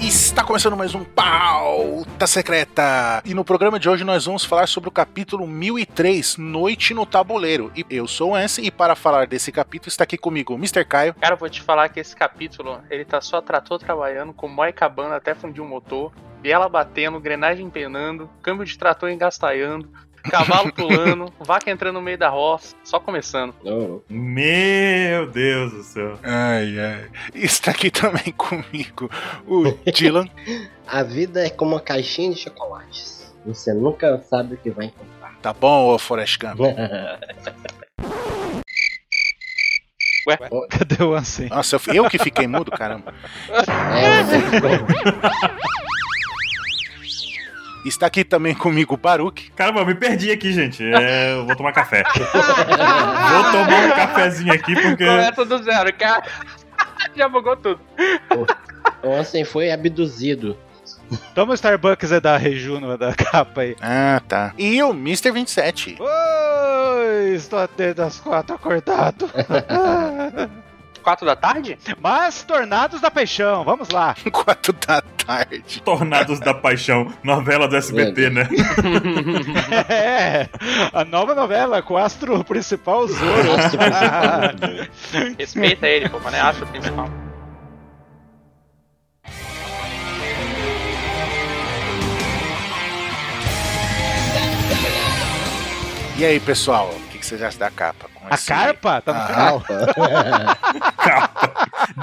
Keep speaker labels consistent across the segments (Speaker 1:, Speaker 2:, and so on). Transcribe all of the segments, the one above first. Speaker 1: Está começando mais um Pauta Secreta! E no programa de hoje nós vamos falar sobre o capítulo 1003, Noite no Tabuleiro. E eu sou o Ansi, e para falar desse capítulo está aqui comigo o Mr. Caio.
Speaker 2: Cara, eu vou te falar que esse capítulo, ele tá só trator trabalhando, com o Moi cabana até fundir o motor, biela batendo, engrenagem empenando, câmbio de trator engastaiando, cavalo pulando, vaca entrando no meio da roça, só começando.
Speaker 3: Meu Deus do céu.
Speaker 1: Ai, ai. Está aqui também comigo o Dylan.
Speaker 4: A vida é como uma caixinha de chocolates. Você nunca sabe o que vai encontrar. É,
Speaker 1: Tá bom, ô Forest Gump?
Speaker 5: Cadê o Ansem?
Speaker 1: Nossa, eu, fui- eu que fiquei mudo, caramba.
Speaker 4: É, você-
Speaker 1: Está aqui também comigo o Baruch.
Speaker 3: Caramba, eu me perdi aqui, gente. É, eu vou tomar café. Vou tomar um cafezinho aqui porque.
Speaker 2: Começa do zero, cara. Já bugou tudo.
Speaker 4: Ontem foi abduzido.
Speaker 5: Toma o Starbucks é da Rejuno, da capa aí.
Speaker 1: Ah, tá. E o Mr. 27.
Speaker 5: Oi, estou até das quatro acordado.
Speaker 2: Quatro da tarde?
Speaker 5: Mas Tornados da Paixão, vamos lá.
Speaker 1: Quatro da tarde.
Speaker 3: Tornados da Paixão, novela do SBT, né?
Speaker 5: É, a nova novela com o astro principal Zoro.
Speaker 4: Nossa,
Speaker 2: Respeita ele, pô, mas não é acho o principal.
Speaker 1: E aí, pessoal? O que que vocês acham da capa? Com
Speaker 5: A
Speaker 1: esse-
Speaker 5: carpa tá no
Speaker 1: Ah.
Speaker 5: final.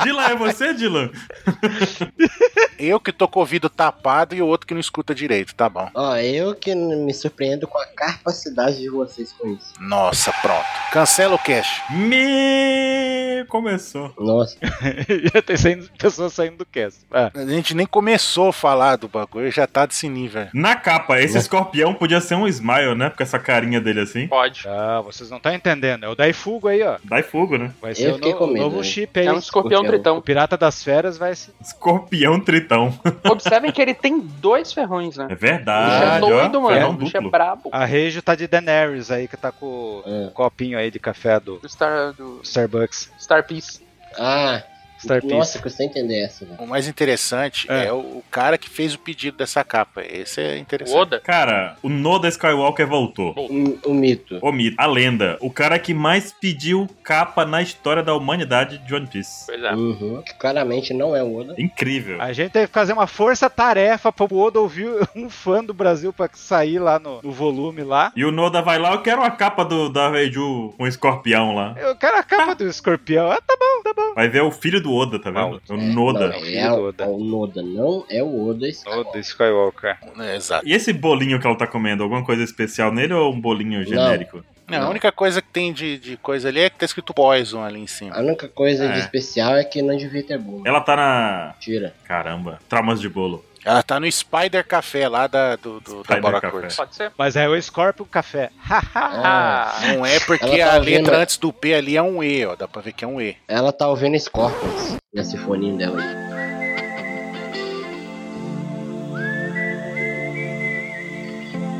Speaker 3: Dylan, é você, Dylan?
Speaker 1: Eu que tô com o ouvido tapado e o outro que não escuta direito, tá bom.
Speaker 4: Ó, eu que me surpreendo com a capacidade de vocês com isso.
Speaker 1: Nossa, pronto. Cancela o cash.
Speaker 3: Me começou.
Speaker 4: Nossa,
Speaker 5: Já tem 100 pessoas saindo do cast. Ah,
Speaker 1: A gente nem começou a falar do bagulho, já tá desse nível.
Speaker 3: Na capa, esse escorpião podia ser um smile, né? Com essa carinha dele assim.
Speaker 2: Pode.
Speaker 5: ah, vocês não estão entendendo. É o Dai Fugo aí, ó.
Speaker 3: Dai fogo, né?
Speaker 5: Vai ser o,
Speaker 4: fiquei
Speaker 5: no-
Speaker 4: com
Speaker 5: o
Speaker 4: medo,
Speaker 5: novo
Speaker 4: hein.
Speaker 5: chip aí.
Speaker 2: É um escorpião
Speaker 4: Escorpião.
Speaker 5: O
Speaker 2: tritão.
Speaker 5: Pirata das Feras vai se.
Speaker 3: Escorpião tritão.
Speaker 2: Observem que ele tem dois ferrões, né?
Speaker 3: É
Speaker 2: Ah,
Speaker 3: verdade,
Speaker 2: bicho é
Speaker 3: ó.
Speaker 2: doido, mano.
Speaker 3: Ferrão
Speaker 2: O bicho é
Speaker 3: duplo. Ah.
Speaker 2: brabo.
Speaker 5: A Rejo tá de Daenerys aí, que tá com
Speaker 4: É.
Speaker 5: o copinho aí de café do
Speaker 2: Do Star, do
Speaker 5: Starbucks.
Speaker 2: Star Peace.
Speaker 4: ah,
Speaker 5: Star Peace.
Speaker 4: nossa, que você entender essa, né? velho.
Speaker 1: O mais interessante é,
Speaker 5: É.
Speaker 1: o, o cara que fez o pedido dessa capa. Esse é
Speaker 2: O
Speaker 1: interessante.
Speaker 2: Oda.
Speaker 3: Cara, o Noda Skywalker voltou.
Speaker 4: O, o Um, mito.
Speaker 3: O mito, a lenda, o cara que mais pediu capa na história da humanidade de One Piece.
Speaker 2: Pois é.
Speaker 4: Uhum, que claramente não é o Oda.
Speaker 3: Incrível.
Speaker 5: A gente teve que fazer uma força-tarefa pro Oda ouvir um fã do Brasil pra sair lá no, no volume lá.
Speaker 3: E o Noda vai lá, eu quero a capa do, da Reiju com um escorpião lá.
Speaker 5: Eu quero a capa do escorpião. Ah, tá bom, tá bom.
Speaker 3: Vai ver o filho do Oda, tá vendo? O
Speaker 4: Não,
Speaker 3: Noda.
Speaker 4: é, é o, é o Noda, não é o Oda.
Speaker 5: Oda Skywalker.
Speaker 1: É, Exato.
Speaker 3: E esse bolinho que ela tá comendo, alguma coisa especial nele ou um bolinho genérico?
Speaker 1: Não, a única coisa que tem de, de coisa ali é que tá escrito Poison ali em cima.
Speaker 4: A única coisa
Speaker 3: É.
Speaker 4: de especial é que não devia ter bolo.
Speaker 3: Ela tá na.
Speaker 4: Tira.
Speaker 3: Caramba, traumas de bolo.
Speaker 1: Ela tá no Spider Café lá da, do, do, da
Speaker 3: Spider
Speaker 1: Bora
Speaker 3: Café.
Speaker 1: Cortes.
Speaker 2: Pode ser?
Speaker 5: Mas é o Scorpion Café. Haha.
Speaker 2: Ah,
Speaker 1: Não é porque
Speaker 4: Ela tá
Speaker 1: a letra
Speaker 4: ouvindo-
Speaker 1: antes do P ali é um E, ó. Dá pra ver que é um E.
Speaker 4: Ela tá ouvindo Scorpions e a sinfonia dela aí.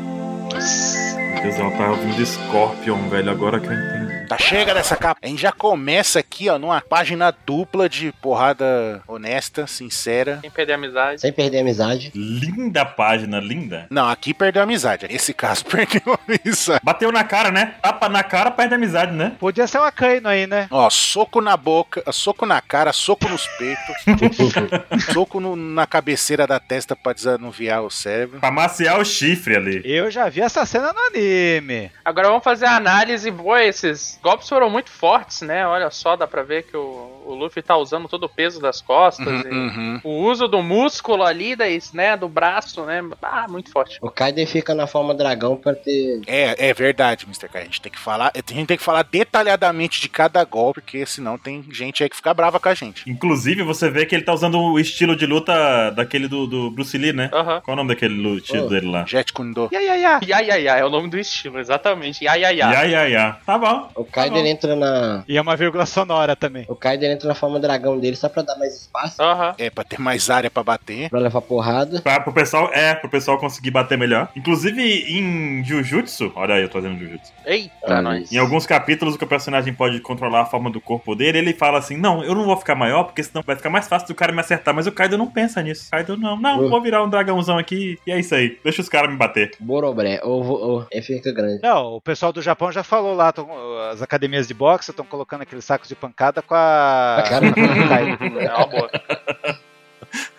Speaker 3: Meu Deus, ela tá ouvindo Scorpion, velho, agora que eu entendi.
Speaker 1: Tá chega dessa capa. A gente já começa aqui, ó, numa página dupla de porrada honesta, sincera.
Speaker 2: sem perder a amizade.
Speaker 4: Sem perder a amizade.
Speaker 3: Linda página, linda.
Speaker 1: Não, aqui perdeu a amizade. Esse caso perdeu a amizade.
Speaker 3: Bateu na cara, né? Tapa na cara, perde a amizade, né?
Speaker 5: Podia ser uma Akaino aí, né?
Speaker 1: Ó, soco na boca, soco na cara, soco nos peitos, soco no- na cabeceira da testa pra desanuviar o cérebro.
Speaker 3: Pra maciar o chifre ali.
Speaker 5: Eu já vi essa cena no anime.
Speaker 2: Agora vamos fazer a análise. Boa, esses golpes foram muito fortes, né? Olha só, dá pra ver que o, o Luffy tá usando todo o peso das costas. e
Speaker 1: Uhum.
Speaker 2: O uso do músculo ali, da, né? Do braço, né? Ah, muito forte.
Speaker 4: O Kaiden fica na forma dragão pra ter.
Speaker 1: É, é verdade, Mr. K. A gente tem que falar, a gente tem que falar detalhadamente de cada golpe, porque senão tem gente aí que fica brava com a gente.
Speaker 3: Inclusive, você vê que ele tá usando o estilo de luta daquele do, do Bruce Lee, né?
Speaker 2: Aham.
Speaker 3: Qual o nome daquele lu- estilo
Speaker 4: Oh.
Speaker 3: dele lá?
Speaker 1: Jet Kunido.
Speaker 5: Ya, ya, ya.
Speaker 2: Ya, ya, ya, é o nome do estilo, exatamente. Ya, ya, ya.
Speaker 3: Ya, ya, ya. Tá bom.
Speaker 4: O Kaiden entra na.
Speaker 5: E é uma vírgula hora também.
Speaker 4: O Kaido ele entra na forma dragão dele só pra dar mais espaço,
Speaker 2: Aham.
Speaker 1: É, pra ter mais área pra bater.
Speaker 4: pra levar porrada.
Speaker 3: Pra, pro pessoal, é, pro pessoal conseguir bater melhor. Inclusive em Jujutsu, olha aí, eu tô fazendo Jujutsu.
Speaker 2: Eita, nós.
Speaker 3: Em alguns capítulos que o personagem pode controlar a forma do corpo dele, ele fala assim: Não, eu não vou ficar maior, porque senão vai ficar mais fácil do cara me acertar. Mas o Kaido não pensa nisso. Kaido não, não,
Speaker 1: Oh.
Speaker 4: Uh.
Speaker 3: vou virar um dragãozão aqui e é isso aí. Deixa os caras me bater.
Speaker 4: Borobré, ou, ou, ele fica grande.
Speaker 5: Não, o pessoal do Japão já falou lá, tão- as academias de boxe estão colocando aqueles sacos de pancada com a.
Speaker 4: A cara do
Speaker 5: Kaido.
Speaker 2: É uma boa.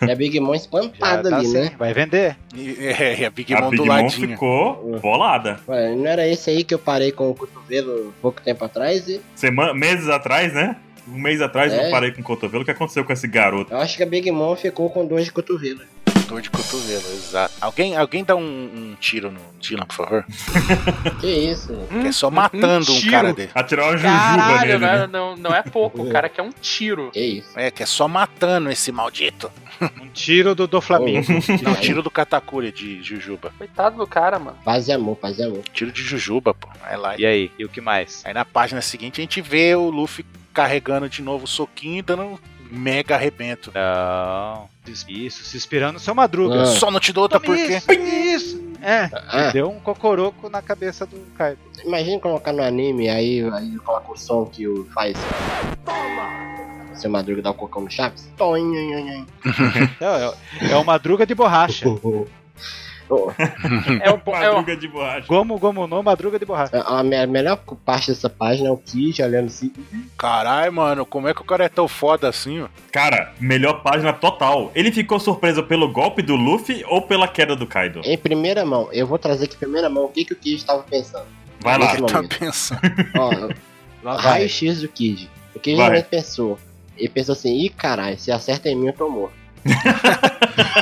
Speaker 4: E a Big Mom
Speaker 5: Já
Speaker 4: espantada
Speaker 5: tá
Speaker 4: ali,
Speaker 5: assim,
Speaker 4: né?
Speaker 5: Vai vender.
Speaker 1: E, é, e a Big
Speaker 3: a
Speaker 1: Mom
Speaker 3: Big
Speaker 1: do
Speaker 3: Mom
Speaker 1: ladinho. Oh.
Speaker 3: ficou bolada.
Speaker 4: Ué, não era esse aí que eu parei com o cotovelo pouco tempo atrás? E
Speaker 3: Semana, meses atrás, né? Um mês atrás
Speaker 4: É.
Speaker 3: eu parei com o cotovelo. O que aconteceu com esse garoto?
Speaker 4: eu acho que a Big Mom ficou com dor de cotovelo.
Speaker 1: Dor de cotovelo, exato. Alguém, alguém dá um, um tiro no Dylan, por favor?
Speaker 4: Que isso? gente?
Speaker 1: Que é só matando um,
Speaker 5: tiro.
Speaker 1: cara dele.
Speaker 3: Atirar uma jujuba
Speaker 2: Caralho, não
Speaker 3: nele. Né?
Speaker 2: é, não, não é pouco. O cara quer um tiro.
Speaker 4: Que isso?
Speaker 1: É, que é só matando esse maldito.
Speaker 5: Um tiro do, do Flamengo.
Speaker 1: Não, tiro do Katakuri de Jujuba.
Speaker 2: Coitado do cara, mano.
Speaker 4: Paz e amor, paz e amor.
Speaker 1: Tiro de Jujuba, pô. Vai lá.
Speaker 6: E aí, e o que mais?
Speaker 1: Aí na página seguinte a gente vê o Luffy carregando de novo o soquinho e dando um mega arrebento.
Speaker 6: Não.
Speaker 5: Isso, se inspirando no seu madruga.
Speaker 4: Ah.
Speaker 1: Só não te dou outra
Speaker 5: Tome
Speaker 1: porque.
Speaker 5: Isso, isso. É,
Speaker 4: Ah,
Speaker 5: deu um cocoroco na cabeça do Kaido.
Speaker 4: imagina colocar no anime, aí, aí coloca o som que o faz. Toma! Seu Madruga dá o cocão no Chaves? Toin, in, in, in.
Speaker 5: Então, é, é o madruga de borracha.
Speaker 4: Oh,
Speaker 2: É o, bo- é o,
Speaker 3: Madruga de borracha.
Speaker 5: Gomu, gomu no, madruga de borracha.
Speaker 4: a, a me- a melhor parte dessa página é o Kid olhando assim.
Speaker 1: Caralho, mano, como é que o cara é tão foda assim, ó?
Speaker 3: Cara, melhor página total. Ele ficou surpreso pelo golpe do Luffy ou pela queda do Kaido?
Speaker 4: Em primeira mão, eu vou trazer aqui em primeira mão o que, que o Kid estava pensando.
Speaker 3: Vai lá.
Speaker 4: Esse
Speaker 1: Ele tá
Speaker 4: momento.
Speaker 1: pensando.
Speaker 4: Ó, É,
Speaker 5: Lá vai.
Speaker 4: raio-x do Kid. O Kid
Speaker 3: Vai.
Speaker 4: realmente pensou. Ele pensou assim, ih caralho, se acerta em mim eu tô morto.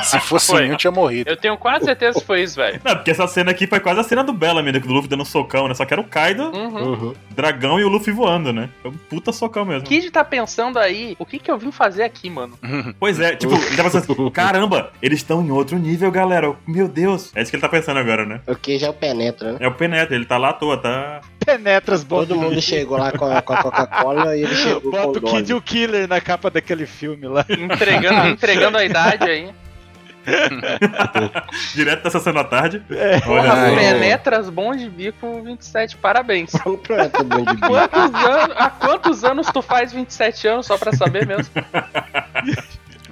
Speaker 1: Se fosse
Speaker 2: Foi.
Speaker 1: eu, eu tinha morrido.
Speaker 2: eu tenho quase certeza que foi isso, velho.
Speaker 3: Não, porque essa cena aqui foi quase a cena do Bellamy, né? Que o Luffy dando um socão, né? Só que era o Kaido,
Speaker 2: Uhum.
Speaker 4: Uhum.
Speaker 3: dragão e o Luffy voando, né? Foi um puta socão
Speaker 2: O
Speaker 3: mesmo.
Speaker 2: Kid tá pensando aí, o que que eu vim fazer aqui, mano?
Speaker 3: Pois é, tipo, ele tava pensando assim, caramba, eles estão em outro nível, galera. Meu Deus. É isso que ele tá pensando agora, né?
Speaker 4: O Kid é o penetra, né?
Speaker 3: É o Penetra, ele tá lá à toa, tá?
Speaker 5: Penetras
Speaker 4: Todo
Speaker 5: bota
Speaker 4: mundo chegou lá com a, com a Coca-Cola e ele chegou com
Speaker 5: Bota
Speaker 4: o
Speaker 5: o Kid e
Speaker 4: Dolly.
Speaker 5: o Killer na capa daquele filme lá.
Speaker 2: Entregando, entregando a idade aí.
Speaker 3: Direto dessa cena à tarde.
Speaker 2: É.
Speaker 3: Olha
Speaker 2: Porra,
Speaker 1: Ai.
Speaker 3: só.
Speaker 2: penetras bom de bico 27, parabéns.
Speaker 4: O Pronto, bom de bico.
Speaker 2: Quantos anos, há quantos anos tu faz 27 anos, só pra saber mesmo?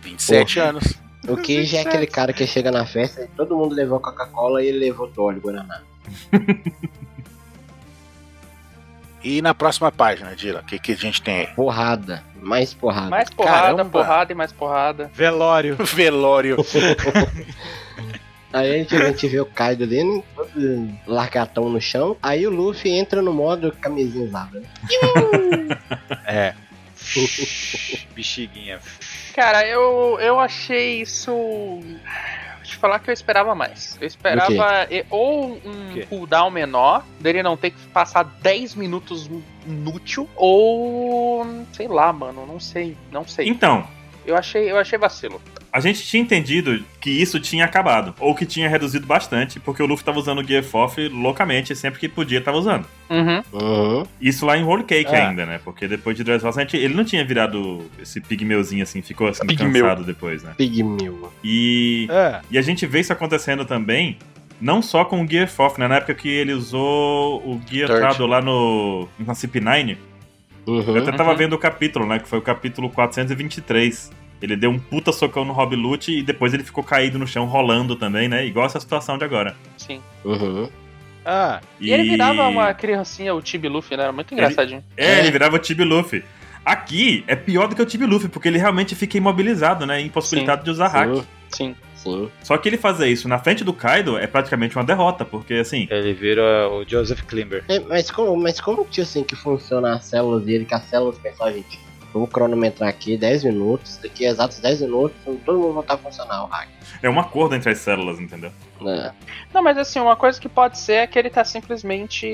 Speaker 1: 27 anos.
Speaker 4: O que já é aquele cara que chega na festa e todo mundo levou Coca-Cola e ele levou Dolly Guaraná.
Speaker 1: E na próxima página, Dila, o que, que a gente tem aí?
Speaker 4: Porrada, mais porrada.
Speaker 2: Mais porrada,
Speaker 1: Caramba.
Speaker 2: porrada e mais porrada.
Speaker 5: Velório.
Speaker 1: Velório.
Speaker 4: Aí a gente, a gente vê o Kaido ali, né, todo largatão no chão. Aí o Luffy entra no modo camisinha usada. né?
Speaker 6: É. Bexiguinha.
Speaker 2: Cara, eu, eu achei isso. Vou te falar que eu esperava mais. Eu esperava e- ou um
Speaker 6: quê?
Speaker 2: cooldown menor, dele não ter que passar 10 minutos inútil, ou. sei lá, mano, não sei, não sei.
Speaker 3: Então,
Speaker 2: Eu achei, eu achei vacilo.
Speaker 3: a gente tinha entendido que isso tinha acabado. Ou que tinha reduzido bastante, porque o Luffy tava usando o Gear Foff loucamente, sempre que podia tava usando.
Speaker 2: Uhum.
Speaker 4: Uhum.
Speaker 3: Isso lá em Whole Cake
Speaker 5: É.
Speaker 3: ainda, né? Porque depois de Dressrosa, a gente- ele não tinha virado esse pigmeuzinho assim, ficou assim
Speaker 1: Pigmeu.
Speaker 3: cansado depois, né?
Speaker 4: Pigmeu.
Speaker 3: E,
Speaker 5: É.
Speaker 3: e a gente vê isso acontecendo também, não só com o Gear Foff, né? Na época que ele usou o Gear
Speaker 1: Dirt.
Speaker 3: Trado lá no, na CP9, eu
Speaker 4: Uhum.
Speaker 3: até tava
Speaker 2: Uhum.
Speaker 3: vendo o capítulo, né? Que foi o capítulo 423. Ele deu um puta socão no Rob Lute e depois ele ficou caído no chão, rolando também, né? Igual essa situação de agora.
Speaker 2: Sim.
Speaker 4: Uhum.
Speaker 5: Ah,
Speaker 2: E, ele virava uma criancinha, o Tibi Luffy, né? Era muito
Speaker 3: Ele-
Speaker 2: engraçadinho.
Speaker 3: É,
Speaker 4: É.
Speaker 3: ele virava o Tibi Luffy. Aqui é pior do que o Tibi Luffy, porque ele realmente fica imobilizado, né? Impossibilitado de usar hack.
Speaker 4: Uhum.
Speaker 2: Sim.
Speaker 4: Sim.
Speaker 3: Só que ele fazer isso na frente do Kaido é praticamente uma derrota, porque assim.
Speaker 6: Ele vira o Joseph Klimber.
Speaker 4: É, mas, como, mas como que assim que funciona as células dele, que as células pensam, gente, eu vou tipo, cronometrar aqui 10 minutos, daqui a exatos 10 minutos, todo mundo vai estar funcional, o hack.
Speaker 3: É um acordo entre as células, entendeu?
Speaker 4: Né?
Speaker 2: Não, mas assim, uma coisa que pode ser é que ele tá simplesmente.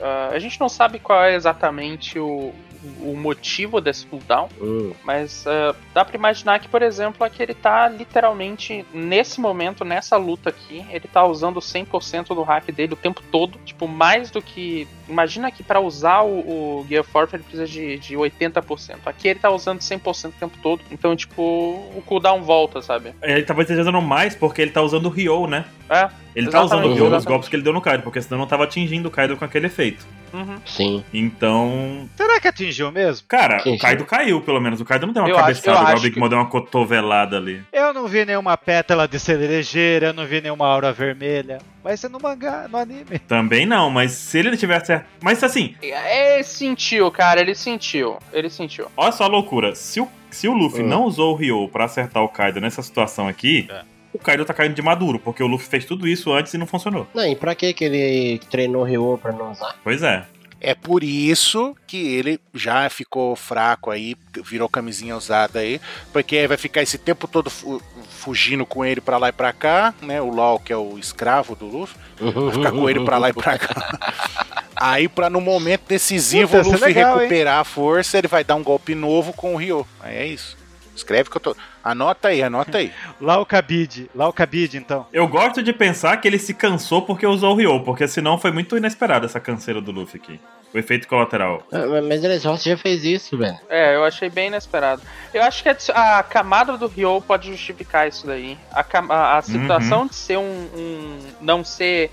Speaker 2: ah, a gente não sabe qual é exatamente o, o motivo desse cooldown,
Speaker 4: Hum,
Speaker 2: mas eh, dá pra imaginar que, por exemplo, aqui ele tá literalmente nesse momento, nessa luta aqui, ele tá usando 100% do hack dele o tempo todo, tipo, mais do que. Imagina que pra usar o, o Gear 4 ele precisa de, de 80%. Aqui ele tá usando 100% o tempo todo, então, tipo, o cooldown volta, sabe?
Speaker 3: É, Ele talvez esteja usando mais porque ele tá usando o Ryo, né?
Speaker 2: É.
Speaker 3: Ele tá usando o
Speaker 4: Exatamente,
Speaker 3: Ryo nos
Speaker 2: exatamente.
Speaker 3: golpes que ele deu no Kaido, porque senão não tava atingindo o Kaido com aquele efeito.
Speaker 2: Uhum.
Speaker 4: sim.
Speaker 3: Então,
Speaker 5: Será que atingiu mesmo?
Speaker 3: cara,
Speaker 4: Sim,
Speaker 3: o Kaido caiu, pelo menos. O Kaido não deu uma
Speaker 2: Eu acho-
Speaker 3: cabeçada,
Speaker 2: eu
Speaker 3: igual o
Speaker 2: acho
Speaker 3: Big
Speaker 2: que-
Speaker 3: Mom deu uma cotovelada ali.
Speaker 5: Eu não vi nenhuma pétala de cerejeira, eu não vi nenhuma aura vermelha. Vai ser no mangá, no anime.
Speaker 3: Também não, mas se ele tivesse. acer- Mas assim,
Speaker 2: É, sentiu, cara, ele sentiu. Ele sentiu.
Speaker 3: Olha só a loucura. Se o, se o Luffy
Speaker 4: Ah.
Speaker 3: não usou o Ryo pra acertar o Kaido nessa situação aqui,
Speaker 6: É.
Speaker 3: o Kaido tá caindo de maduro, porque o Luffy fez tudo isso antes e não funcionou.
Speaker 4: Não, e pra que que ele treinou o Ryo pra não usar?
Speaker 3: Pois é.
Speaker 1: É por isso que ele já ficou fraco aí, virou camisinha usada aí, porque vai ficar esse tempo todo fu- fugindo com ele pra lá e pra cá, né? O Law, que é o escravo do Luffy, vai ficar com ele pra lá e pra cá. Aí, pra no momento decisivo,
Speaker 5: Puta,
Speaker 1: o
Speaker 5: isso é
Speaker 1: Luffy
Speaker 5: legal, hein?
Speaker 1: recuperar a força, ele vai dar um golpe novo com o Ryo. Aí é isso. Escreve que eu tô. Anota aí, anota aí.
Speaker 5: Lá o cabide, lá o cabide então.
Speaker 3: Eu gosto de pensar que ele se cansou porque usou o Ryo, porque senão foi muito inesperado essa canseira do Luffy aqui. O efeito colateral.
Speaker 4: Ah, Mas ele só já fez isso, velho.
Speaker 2: É, eu achei bem inesperado. Eu acho que adici- a camada do Ryo pode justificar isso daí. A, cam- a- a situação de ser um, um- não ser.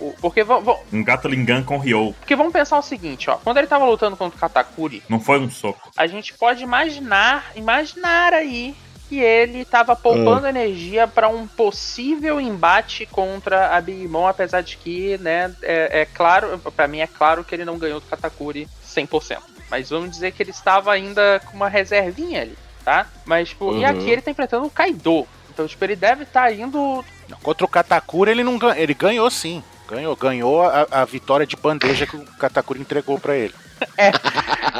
Speaker 2: o- Porque, vão- vão-
Speaker 3: Um gato lingan com o Ryo.
Speaker 2: porque vamos pensar o seguinte, ó. Quando ele tava lutando contra o Katakuri,
Speaker 3: Não foi um soco.
Speaker 2: a gente pode imaginar, imaginar aí que ele tava poupando energia para um possível embate contra a Big Mom, apesar de que, né, é, é claro, para mim é claro que ele não ganhou do Katakuri 100%. Mas vamos dizer que ele estava ainda com uma reservinha ali, tá? Mas, tipo, e
Speaker 4: Uhum.
Speaker 2: aqui ele tá enfrentando o Kaido. Então, tipo, ele deve estar indo
Speaker 1: Não, Contra o Katakuri, ele não ganha. Ele ganhou sim. Ganhou, ganhou a, a vitória de bandeja que o Katakuri entregou pra ele.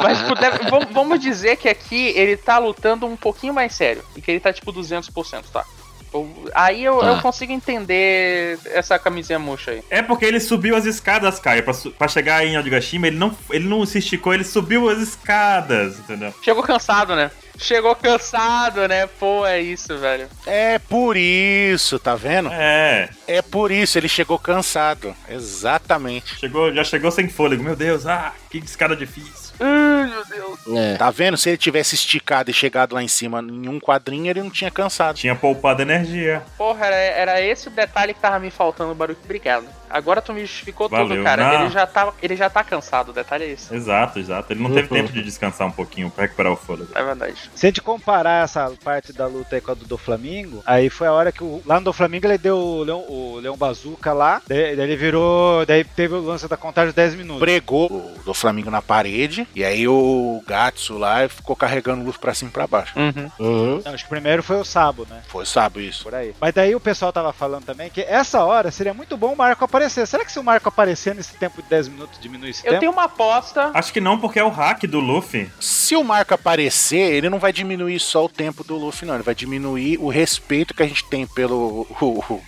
Speaker 2: Mas tipo, deve- vam- vamos dizer que aqui ele tá lutando um pouquinho mais sério. E que ele tá tipo 200%, tá? Eu- Aí eu,
Speaker 4: Tá.
Speaker 2: eu consigo entender essa camisinha murcha aí.
Speaker 3: É porque ele subiu as escadas, Caio. Pra, su- pra chegar em Onigashima, ele não, ele não se esticou, ele subiu as escadas, entendeu?
Speaker 2: Chegou cansado, né? Chegou cansado, né? Pô, é isso, velho.
Speaker 1: É por isso, tá vendo?
Speaker 3: É.
Speaker 1: É por isso, ele chegou cansado. Exatamente.
Speaker 3: Chegou, já chegou sem fôlego. Meu Deus, ah, que escada difícil.
Speaker 2: Ai, meu Deus.
Speaker 4: É.
Speaker 1: Tá vendo? Se ele tivesse esticado e chegado lá em cima em um quadrinho, ele não tinha cansado.
Speaker 3: Tinha poupado energia.
Speaker 2: Porra, era, era esse o detalhe que tava me faltando, Baruque. Obrigado. Agora tu me justificou
Speaker 3: Valeu.
Speaker 2: tudo, cara.
Speaker 3: Não.
Speaker 2: Ele já, tá, ele já tá cansado, o detalhe é esse.
Speaker 3: Exato, exato. Ele não teve tempo de descansar um pouquinho pra recuperar o fôlego.
Speaker 2: É verdade.
Speaker 5: Se a gente comparar essa parte da luta aí com a do Doflamingo, aí foi a hora que o, lá no Doflamingo ele deu o Leão, o Leão Bazuca lá, daí, daí ele virou, daí teve o lance da contagem de 10 minutos.
Speaker 1: Pregou o do Flamengo na parede, e aí o Gatsu lá ficou carregando o Luffy pra cima e pra baixo.
Speaker 2: Uhum.
Speaker 4: Uhum.
Speaker 5: Não, acho que primeiro foi o Sabo, né?
Speaker 1: Foi, sabe isso?
Speaker 5: Por aí. Mas daí o pessoal tava falando também que essa hora seria muito bom o Marco aparecer. Será que se o Marco aparecer nesse tempo de 10 minutos diminui esse
Speaker 2: Eu
Speaker 5: tempo?
Speaker 2: tenho uma aposta.
Speaker 3: Acho que não, porque é o hack do Luffy.
Speaker 1: Se o Marco aparecer, ele não vai diminuir só o tempo do Luffy, não. Ele vai diminuir o respeito que a gente tem pelo. o- o-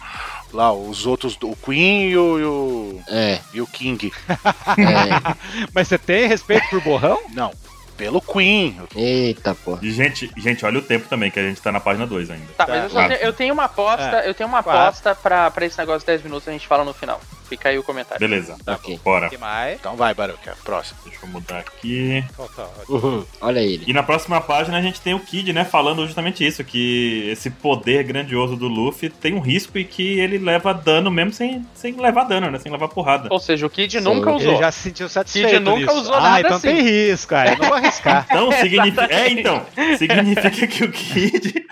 Speaker 1: lá, os outros. O Queen e o, e o,
Speaker 4: É,
Speaker 1: e o King.
Speaker 4: é.
Speaker 5: Mas você tem respeito por borrão?
Speaker 1: Não, pelo Queen.
Speaker 4: Eita, pô.
Speaker 3: E, gente, gente, olha o tempo também, que a gente tá na página 2 ainda.
Speaker 2: Tá, mas eu, só
Speaker 3: Tá.
Speaker 2: tenho, eu tenho uma aposta, eu tenho uma
Speaker 5: claro.
Speaker 2: aposta pra, pra esse negócio de 10 minutos, a gente fala no final. Fica aí o comentário.
Speaker 3: Beleza,
Speaker 4: Ok.
Speaker 3: bora.
Speaker 6: que mais?
Speaker 1: Então vai, Baruca, próximo.
Speaker 3: Deixa eu mudar aqui.
Speaker 4: Uhum. Olha ele.
Speaker 3: E na próxima página a gente tem o Kid, né, falando justamente isso, que esse poder grandioso do Luffy tem um risco e que ele leva dano mesmo sem, sem levar dano, né, sem levar porrada.
Speaker 2: Ou seja, o Kid
Speaker 4: Sim,
Speaker 2: nunca
Speaker 5: Ele
Speaker 2: usou.
Speaker 5: já se sentiu satisfeito.
Speaker 2: Cid nunca
Speaker 5: nisso.
Speaker 2: usou
Speaker 5: ah,
Speaker 2: nada
Speaker 5: então
Speaker 2: assim.
Speaker 5: tem risco, aí. Eu não vou arriscar.
Speaker 3: Então, significa. É, então. Significa que o Kid.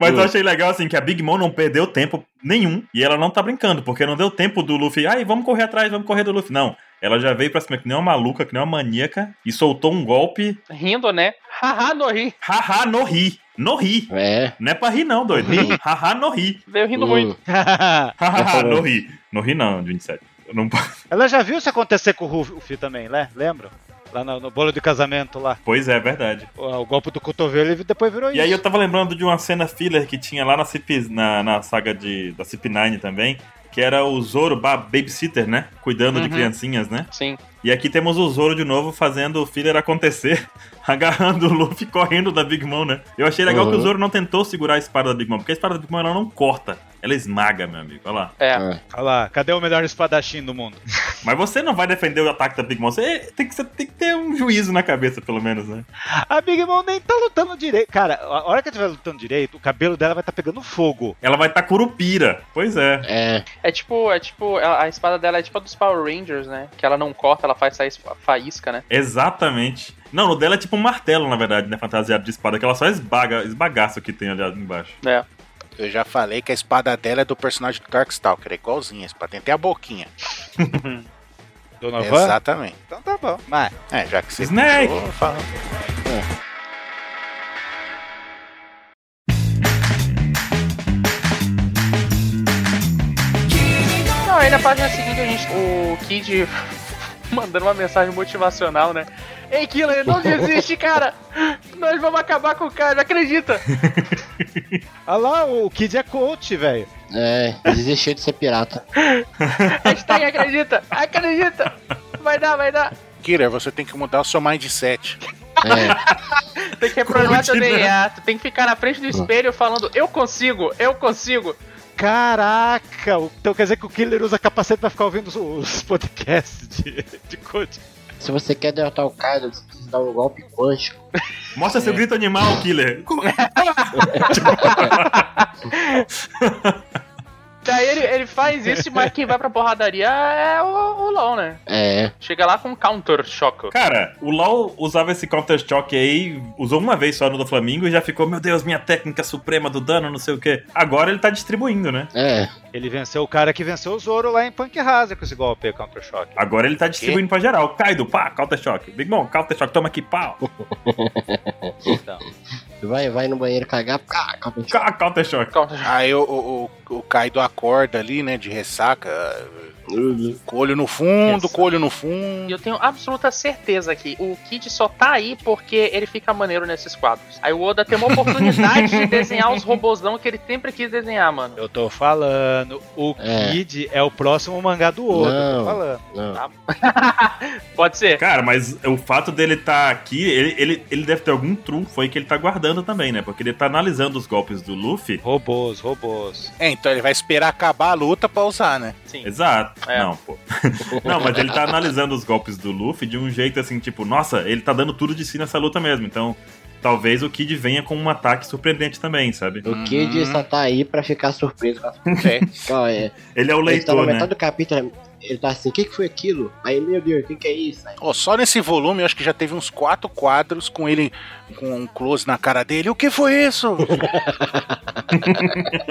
Speaker 3: Mas eu achei legal, assim, que a Big Mom não perdeu tempo nenhum. E ela não tá brincando, porque não deu tempo do Luffy. Ai, vamos correr atrás, vamos correr do Luffy. Não. Ela já veio pra cima que nem uma maluca, que nem uma maníaca. E soltou um golpe.
Speaker 2: Rindo, né? Haha, no ri.
Speaker 3: Haha, no ri. No ri.
Speaker 4: É.
Speaker 3: Não é pra rir, não, doido. Haha, no ri.
Speaker 2: Veio rindo
Speaker 4: Hum.
Speaker 2: muito.
Speaker 3: Haha, no ri. No ri, não, 27. Eu Não...
Speaker 5: Ela já viu isso acontecer com o Ruffy também, né? Lembra? Lá no, no bolo de casamento lá.
Speaker 3: Pois é, é verdade.
Speaker 5: O, o golpe do cotovelo e depois virou
Speaker 3: E aí eu
Speaker 5: isso.
Speaker 3: tava lembrando de uma cena filler que tinha lá na, CP, na, na saga de, da CP9 também, que era o Zoro ba- babysitter, né? Cuidando de
Speaker 2: Uhum.
Speaker 3: criancinhas, né?
Speaker 2: Sim.
Speaker 3: E aqui temos o Zoro de novo fazendo o filler acontecer, agarrando o Luffy e correndo da Big Mom, né? Eu achei legal
Speaker 4: Uhum.
Speaker 3: que o Zoro não tentou segurar a espada da Big Mom, porque a espada da Big Mom ela não corta, ela esmaga, meu amigo. Olha lá.
Speaker 2: É,
Speaker 4: Ah,
Speaker 5: Olha lá, cadê o melhor espadachim do mundo?
Speaker 3: Mas você não vai defender o ataque da Big Mom. Você tem que, você tem que ter um juízo na cabeça, pelo menos, né?
Speaker 5: A Big Mom nem tá lutando direito. Cara, a hora que ela estiver lutando direito, o cabelo dela vai estar pegando fogo.
Speaker 3: Ela vai estar curupira. Pois é.
Speaker 4: é.
Speaker 2: é tipo, é tipo, a, a espada dela é tipo a dos Power Rangers, né? Que ela não corta, ela faz sair fa- faísca, né?
Speaker 3: Exatamente. Não, o dela é tipo um martelo, na verdade, né? Fantasiado de espada, que ela só esbaga, esbagaça o que tem ali embaixo.
Speaker 2: É.
Speaker 1: Eu já falei que a espada dela é do personagem do Darkstalker, é igualzinha a espada, tem até a boquinha.
Speaker 5: Donovan?
Speaker 1: Exatamente.
Speaker 5: Então tá bom. Mas,
Speaker 1: É, já que você
Speaker 3: Snake!
Speaker 1: puxou, fala.
Speaker 2: Não, aí na página seguinte a gente. O Kid mandando uma mensagem motivacional, né? Ei, Killer, não desiste, cara! Nós vamos acabar com o cara, acredita!
Speaker 5: olha lá, o Kid é coach, velho.
Speaker 4: É, desistiu de ser pirata.
Speaker 2: Hashtag acredita! Acredita! Vai dar, vai dar!
Speaker 1: Killer, você tem que mudar o seu mindset.
Speaker 4: É,
Speaker 2: Tem que reprogramar teu
Speaker 3: Continua.
Speaker 2: DNA, tu tem que ficar na frente do espelho falando, eu consigo, eu consigo.
Speaker 5: Caraca! o- Então quer dizer que o Killer usa capacete pra ficar ouvindo os, os podcasts de, de coach.
Speaker 4: se você quer derrotar o Kaido, você precisa dar um golpe quântico.
Speaker 3: Mostra seu grito animal, Killer.
Speaker 2: Daí ele, ele faz isso, mas quem vai pra porradaria é o, o LOL, né?
Speaker 4: É,
Speaker 2: Chega lá com Counter Shock.
Speaker 3: Cara, o LoL usava esse Counter-Strike aí, usou uma vez só no do Flamengo e já ficou, meu Deus, minha técnica suprema do dano, não sei o quê. Agora ele tá distribuindo, né?
Speaker 4: é.
Speaker 5: Ele venceu o cara que venceu o Zoro lá em Punk Hazard com esse golpe Counter-Shock.
Speaker 3: Agora ele tá distribuindo pra geral. Kaido, pá, Counter-Shock. Big Mom, Counter-Shock, toma aqui, pau.
Speaker 6: Então.
Speaker 4: Vai, vai no banheiro cagar, pá, acaba de-
Speaker 3: Cá, Counter-Shock.
Speaker 2: Counter Shock.
Speaker 1: Aí o, o, o- o Kaido acorda ali, né, de ressaca, com o olho no fundo, com o olho no
Speaker 2: E
Speaker 1: fundo.
Speaker 2: eu tenho absoluta certeza que o Kid só tá aí porque ele fica maneiro nesses quadros. Aí o Oda tem uma oportunidade de desenhar os robôzão que ele sempre quis desenhar, mano.
Speaker 5: Eu tô falando, o
Speaker 4: É.
Speaker 5: Kid é o próximo mangá do Oda, eu
Speaker 4: Não.
Speaker 5: tô falando.
Speaker 4: Não.
Speaker 2: Pode ser.
Speaker 3: Cara, mas o fato dele tá aqui, ele, ele, ele deve ter algum trunfo aí que ele tá guardando também, né? Porque ele tá analisando os golpes do Luffy.
Speaker 5: Robôs, robôs.
Speaker 1: É, então ele vai esperar acabar a luta pra usar, né?
Speaker 2: Sim.
Speaker 3: Exato.
Speaker 2: É.
Speaker 3: Não, pô. Não, mas ele tá analisando os golpes do Luffy de um jeito assim, tipo, nossa, ele tá dando tudo de si nessa luta mesmo. Então, talvez o Kid venha com um ataque surpreendente também, sabe?
Speaker 4: O Kid
Speaker 1: Uhum.
Speaker 4: só tá aí pra ficar surpreso com as
Speaker 1: É.
Speaker 4: Ó, é,
Speaker 3: Ele é
Speaker 4: ele tá
Speaker 3: o
Speaker 4: na
Speaker 3: leitor, né?
Speaker 4: metade do capítulo, ele tá assim, o que, que foi aquilo? Aí, meu Deus, o que, que é isso? Aí,
Speaker 1: Ó, só nesse volume eu acho que já teve uns quatro quadros com ele com um close na cara dele. O que foi isso?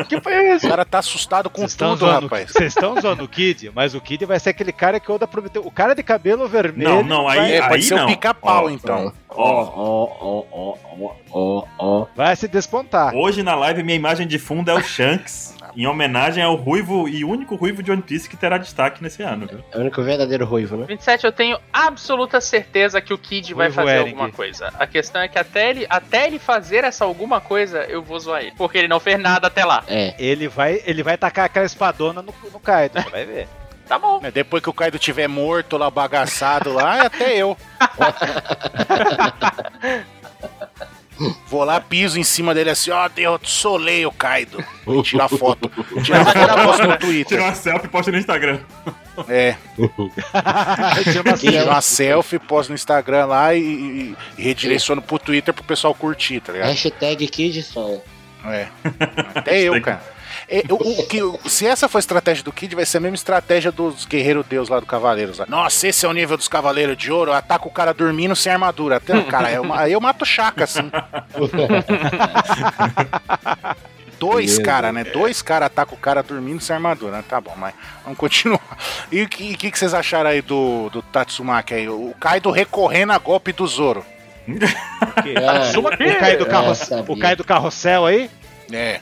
Speaker 2: que foi
Speaker 1: O cara tá assustado com
Speaker 5: Vocês estão
Speaker 1: tudo,
Speaker 5: zoando-
Speaker 1: rapaz.
Speaker 5: Vocês estão zoando o Kid, mas o Kid vai ser aquele cara que o Oda prometeu. O cara de cabelo vermelho.
Speaker 3: Não, não, aí,
Speaker 1: É, pode
Speaker 3: aí
Speaker 1: ser
Speaker 3: não.
Speaker 1: um pica-pau,
Speaker 3: Ó,
Speaker 1: então.
Speaker 4: ó, ó, ó, ó, ó, ó,
Speaker 5: Vai se despontar.
Speaker 3: Hoje na live, minha imagem de fundo é o Shanks, em homenagem ao ruivo e único ruivo de One Piece que terá destaque nesse ano, viu?
Speaker 4: é o único verdadeiro ruivo, né?
Speaker 2: 27, eu tenho absoluta certeza que o Kid vai
Speaker 5: Ruivo
Speaker 2: fazer
Speaker 5: Ering.
Speaker 2: alguma coisa. A questão é que até ele, até ele fazer essa alguma coisa, eu vou zoar ele. Porque ele não fez nada até lá.
Speaker 4: É,
Speaker 5: Ele vai, ele vai tacar aquela espadona no, no Kaido, você vai ver.
Speaker 2: Tá bom.
Speaker 1: Né, Depois que o Kaido tiver morto lá, bagaçado lá, é até eu. Vou lá, piso em cima dele assim, ó, derroto, solei o Kaido. E tirar foto. Tirar foto e posta no
Speaker 3: Tirar
Speaker 1: Twitter.
Speaker 3: uma selfie e posta no Instagram.
Speaker 1: É,
Speaker 5: Chama assim,
Speaker 1: tirar uma selfie, posta no Instagram lá e, e- e redireciono pro Twitter pro pessoal curtir, tá
Speaker 4: É.
Speaker 1: ligado?
Speaker 4: hashtag Kid Sonho.
Speaker 1: É. Até eu, cara. É, o- o que- o- se essa for a estratégia do Kid, vai ser a mesma estratégia dos guerreiros deus lá do Cavaleiros. lá. Nossa, esse é o nível dos Cavaleiros de Ouro. Ataca o cara dormindo sem armadura. Até, cara, eu, ma- aí eu mato o Chaka, assim. Dois
Speaker 4: Meu
Speaker 1: cara, né? Dois cara atacam o cara dormindo sem armadura. né? Tá bom, mas vamos continuar. E o que, que que vocês acharam aí do, do Tatsumaki aí? O Kaido recorrendo a golpe do Zoro.
Speaker 5: o quê?
Speaker 4: É,
Speaker 5: O Kaido, carro,
Speaker 4: Eu É, sabia.
Speaker 5: o Kaido carrossel aí?
Speaker 1: É.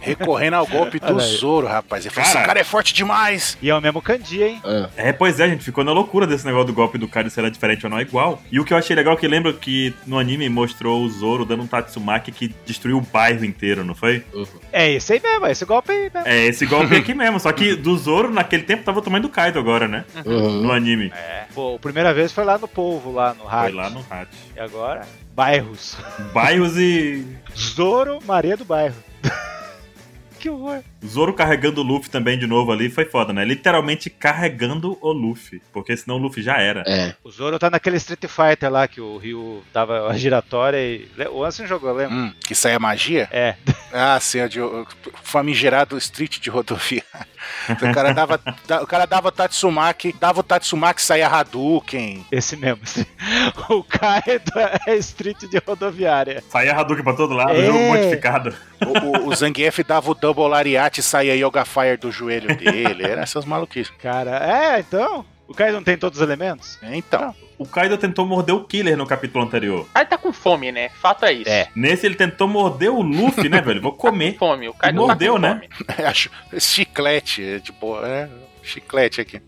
Speaker 1: Recorrendo ao golpe do
Speaker 5: Olha aí.
Speaker 1: Zoro, rapaz. Ele falou: esse
Speaker 3: Cara.
Speaker 1: cara é forte demais.
Speaker 5: E é o mesmo Kandi, hein?
Speaker 4: Ah,
Speaker 3: É, pois é, a gente ficou na loucura desse negócio do golpe do cara se era diferente ou não é igual. E o que eu achei legal é que lembra que no anime mostrou o Zoro dando um Tatsumaki que destruiu o bairro inteiro, não foi?
Speaker 4: uhum.
Speaker 5: É esse aí mesmo, é esse golpe aí mesmo.
Speaker 3: É esse golpe aqui mesmo, só que do Zoro naquele tempo tava o tamanho do Kaido agora, né?
Speaker 4: Uhum.
Speaker 3: No anime.
Speaker 5: É. Pô, a primeira vez foi lá no povo, lá no
Speaker 3: Foi
Speaker 5: rádio.
Speaker 3: lá no Hat.
Speaker 5: E agora? Bairros.
Speaker 3: Bairros e.
Speaker 5: Zoro, Maria do Bairro. que horror.
Speaker 3: Zoro carregando o Luffy também de novo ali foi foda, né? Literalmente carregando o Luffy. Porque senão o Luffy já era.
Speaker 4: É.
Speaker 5: O Zoro tá naquele Street Fighter lá que o Ryu dava a giratória e. Le- O Ansem jogou, lembra?
Speaker 1: Hum, que sai a magia?
Speaker 5: É.
Speaker 1: Ah, sim, é de, o famigerado street de rodovia. o, cara dava, da- o cara dava Tatsumaki, dava o Tatsumaki, saía Hadouken.
Speaker 5: Esse mesmo. O Kaido é Street de rodoviária.
Speaker 3: Saía Hadouken pra todo lado,
Speaker 5: É.
Speaker 3: jogo modificado.
Speaker 1: O, o, o Zangief dava o Double Lariat e saía Yoga Fire do joelho dele. Era essas maluquices.
Speaker 5: Cara, é, então. O Kaido não tem todos os elementos?
Speaker 1: Então,
Speaker 3: O Kaido tentou morder o Killer no capítulo anterior.
Speaker 2: O Kaido tá com fome, né? Fato é isso.
Speaker 4: É.
Speaker 3: Nesse ele tentou morder o Luffy, né, velho? Vou comer.
Speaker 2: Fome. O Kaido
Speaker 3: Mordeu,
Speaker 2: tá com
Speaker 3: né?
Speaker 2: fome.
Speaker 1: acho chiclete, é de boa, é chiclete aqui.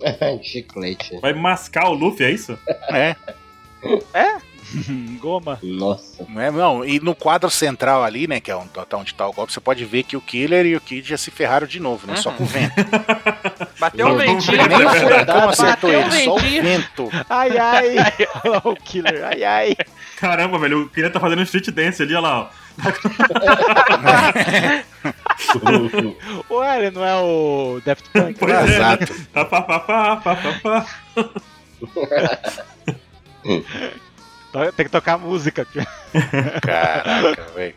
Speaker 4: Chiclete.
Speaker 3: Vai mascar o Luffy, é isso?
Speaker 1: É,
Speaker 5: Goma.
Speaker 4: Nossa.
Speaker 1: não é, não. E no quadro central ali, né, que é onde, tá- onde tá o golpe, você pode ver que o Killer e o Kid já se ferraram de novo, né? Só com o vento.
Speaker 2: Bateu
Speaker 3: Eu
Speaker 2: um
Speaker 3: não
Speaker 2: ventinho.
Speaker 3: vi,
Speaker 1: Nem o
Speaker 3: né?
Speaker 1: furacão acertou
Speaker 2: Bateu
Speaker 1: ele, só o
Speaker 2: ventinho.
Speaker 1: vento.
Speaker 5: Ai, ai. Olha lá o Killer, ai, ai.
Speaker 3: Caramba, velho, o Killer tá fazendo um street dance ali, olha lá. ó.
Speaker 4: Uhum.
Speaker 5: Ué, ele não é o Daft Punk? né?
Speaker 3: Pois
Speaker 1: Ah,
Speaker 3: é.
Speaker 1: Exato.
Speaker 3: Pá, pá, pá, pá, pá, pá, pá. é.
Speaker 5: To- Tem que tocar música aqui.
Speaker 1: Caraca, velho.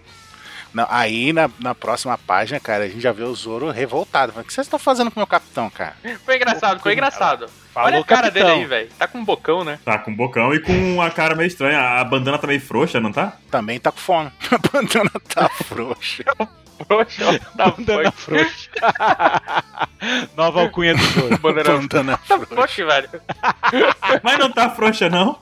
Speaker 1: Não, aí na, na próxima página, cara, a gente já vê o Zoro revoltado. Falando, o que vocês estão fazendo com o meu capitão, cara?
Speaker 2: Foi engraçado, foi engraçado.
Speaker 5: Falou,
Speaker 2: Olha a cara
Speaker 5: capitão.
Speaker 2: dele aí, velho. Tá com um bocão, né?
Speaker 3: Tá com bocão e com a cara meio estranha. A bandana tá meio frouxa, não tá?
Speaker 1: Também tá com fome. A bandana tá frouxa.
Speaker 2: Poxa, ó, tá
Speaker 5: Bandana frouxa. Nova alcunha do Zoro.
Speaker 1: A
Speaker 2: Bandeirão.
Speaker 1: bandana
Speaker 2: Tá
Speaker 1: frouxa.
Speaker 2: frouxa, velho.
Speaker 3: Mas não tá frouxa, não.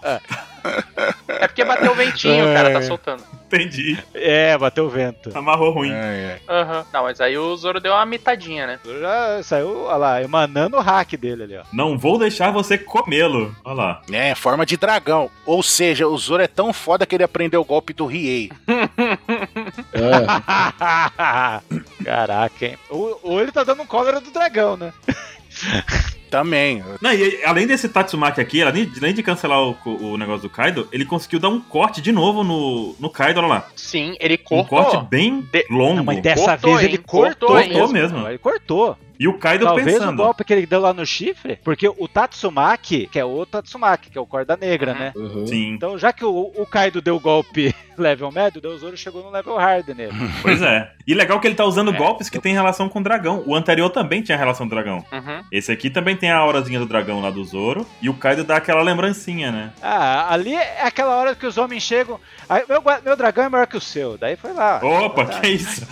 Speaker 2: É porque bateu o ventinho,
Speaker 5: É.
Speaker 2: cara, tá soltando.
Speaker 3: Entendi.
Speaker 5: É, bateu o vento.
Speaker 3: Amarrou ruim.
Speaker 1: Ai, ai.
Speaker 2: Aham. Não, mas aí o Zoro deu uma mitadinha, né?
Speaker 5: Zoro Já saiu, olha lá, emanando o hack dele ali, ó.
Speaker 3: Não vou deixar você comê-lo. Olha lá.
Speaker 1: É, forma de dragão. Ou seja, o Zoro é tão foda que ele aprendeu o golpe do Riei.
Speaker 4: Ah,
Speaker 5: Caraca, hein? Ou, ou ele tá dando um cólera do dragão, né?
Speaker 1: Também.
Speaker 3: Não, e além desse Tatsumaki aqui, além de, além de cancelar o, o negócio do Kaido, ele conseguiu dar um corte de novo no, no Kaido, olha lá.
Speaker 2: Sim, ele
Speaker 3: Um corte
Speaker 2: cortou.
Speaker 3: bem
Speaker 2: De-
Speaker 3: longo.
Speaker 5: Não, mas dessa
Speaker 2: Cortou,
Speaker 5: vez ele
Speaker 2: hein? Cortou,
Speaker 5: cortou,
Speaker 2: hein?
Speaker 5: mesmo.
Speaker 3: Mesmo.
Speaker 5: Ele cortou.
Speaker 3: E o Kaido
Speaker 5: Talvez o
Speaker 3: pensando.
Speaker 5: golpe que ele deu lá no chifre, porque o Tatsumaki, que é o Tatsumaki, que é o corda negra,
Speaker 2: Uhum.
Speaker 5: né?
Speaker 4: uhum.
Speaker 3: Sim,
Speaker 5: Então, já que o, o Kaido deu o golpe level médio, o Zoro chegou no level hard nele.
Speaker 3: pois é. E legal que ele tá usando
Speaker 2: É.
Speaker 3: golpes que tem relação com o dragão. O anterior também tinha relação com o dragão.
Speaker 2: Uhum.
Speaker 3: Esse aqui também tem a aurazinha do dragão lá do Zoro. E o Kaido dá aquela lembrancinha, né?
Speaker 5: Ah, ali é aquela hora que os homens chegam. aí, meu, gua- meu dragão é maior que o seu. Daí foi lá.
Speaker 3: Opa,
Speaker 5: Tá.
Speaker 3: que isso?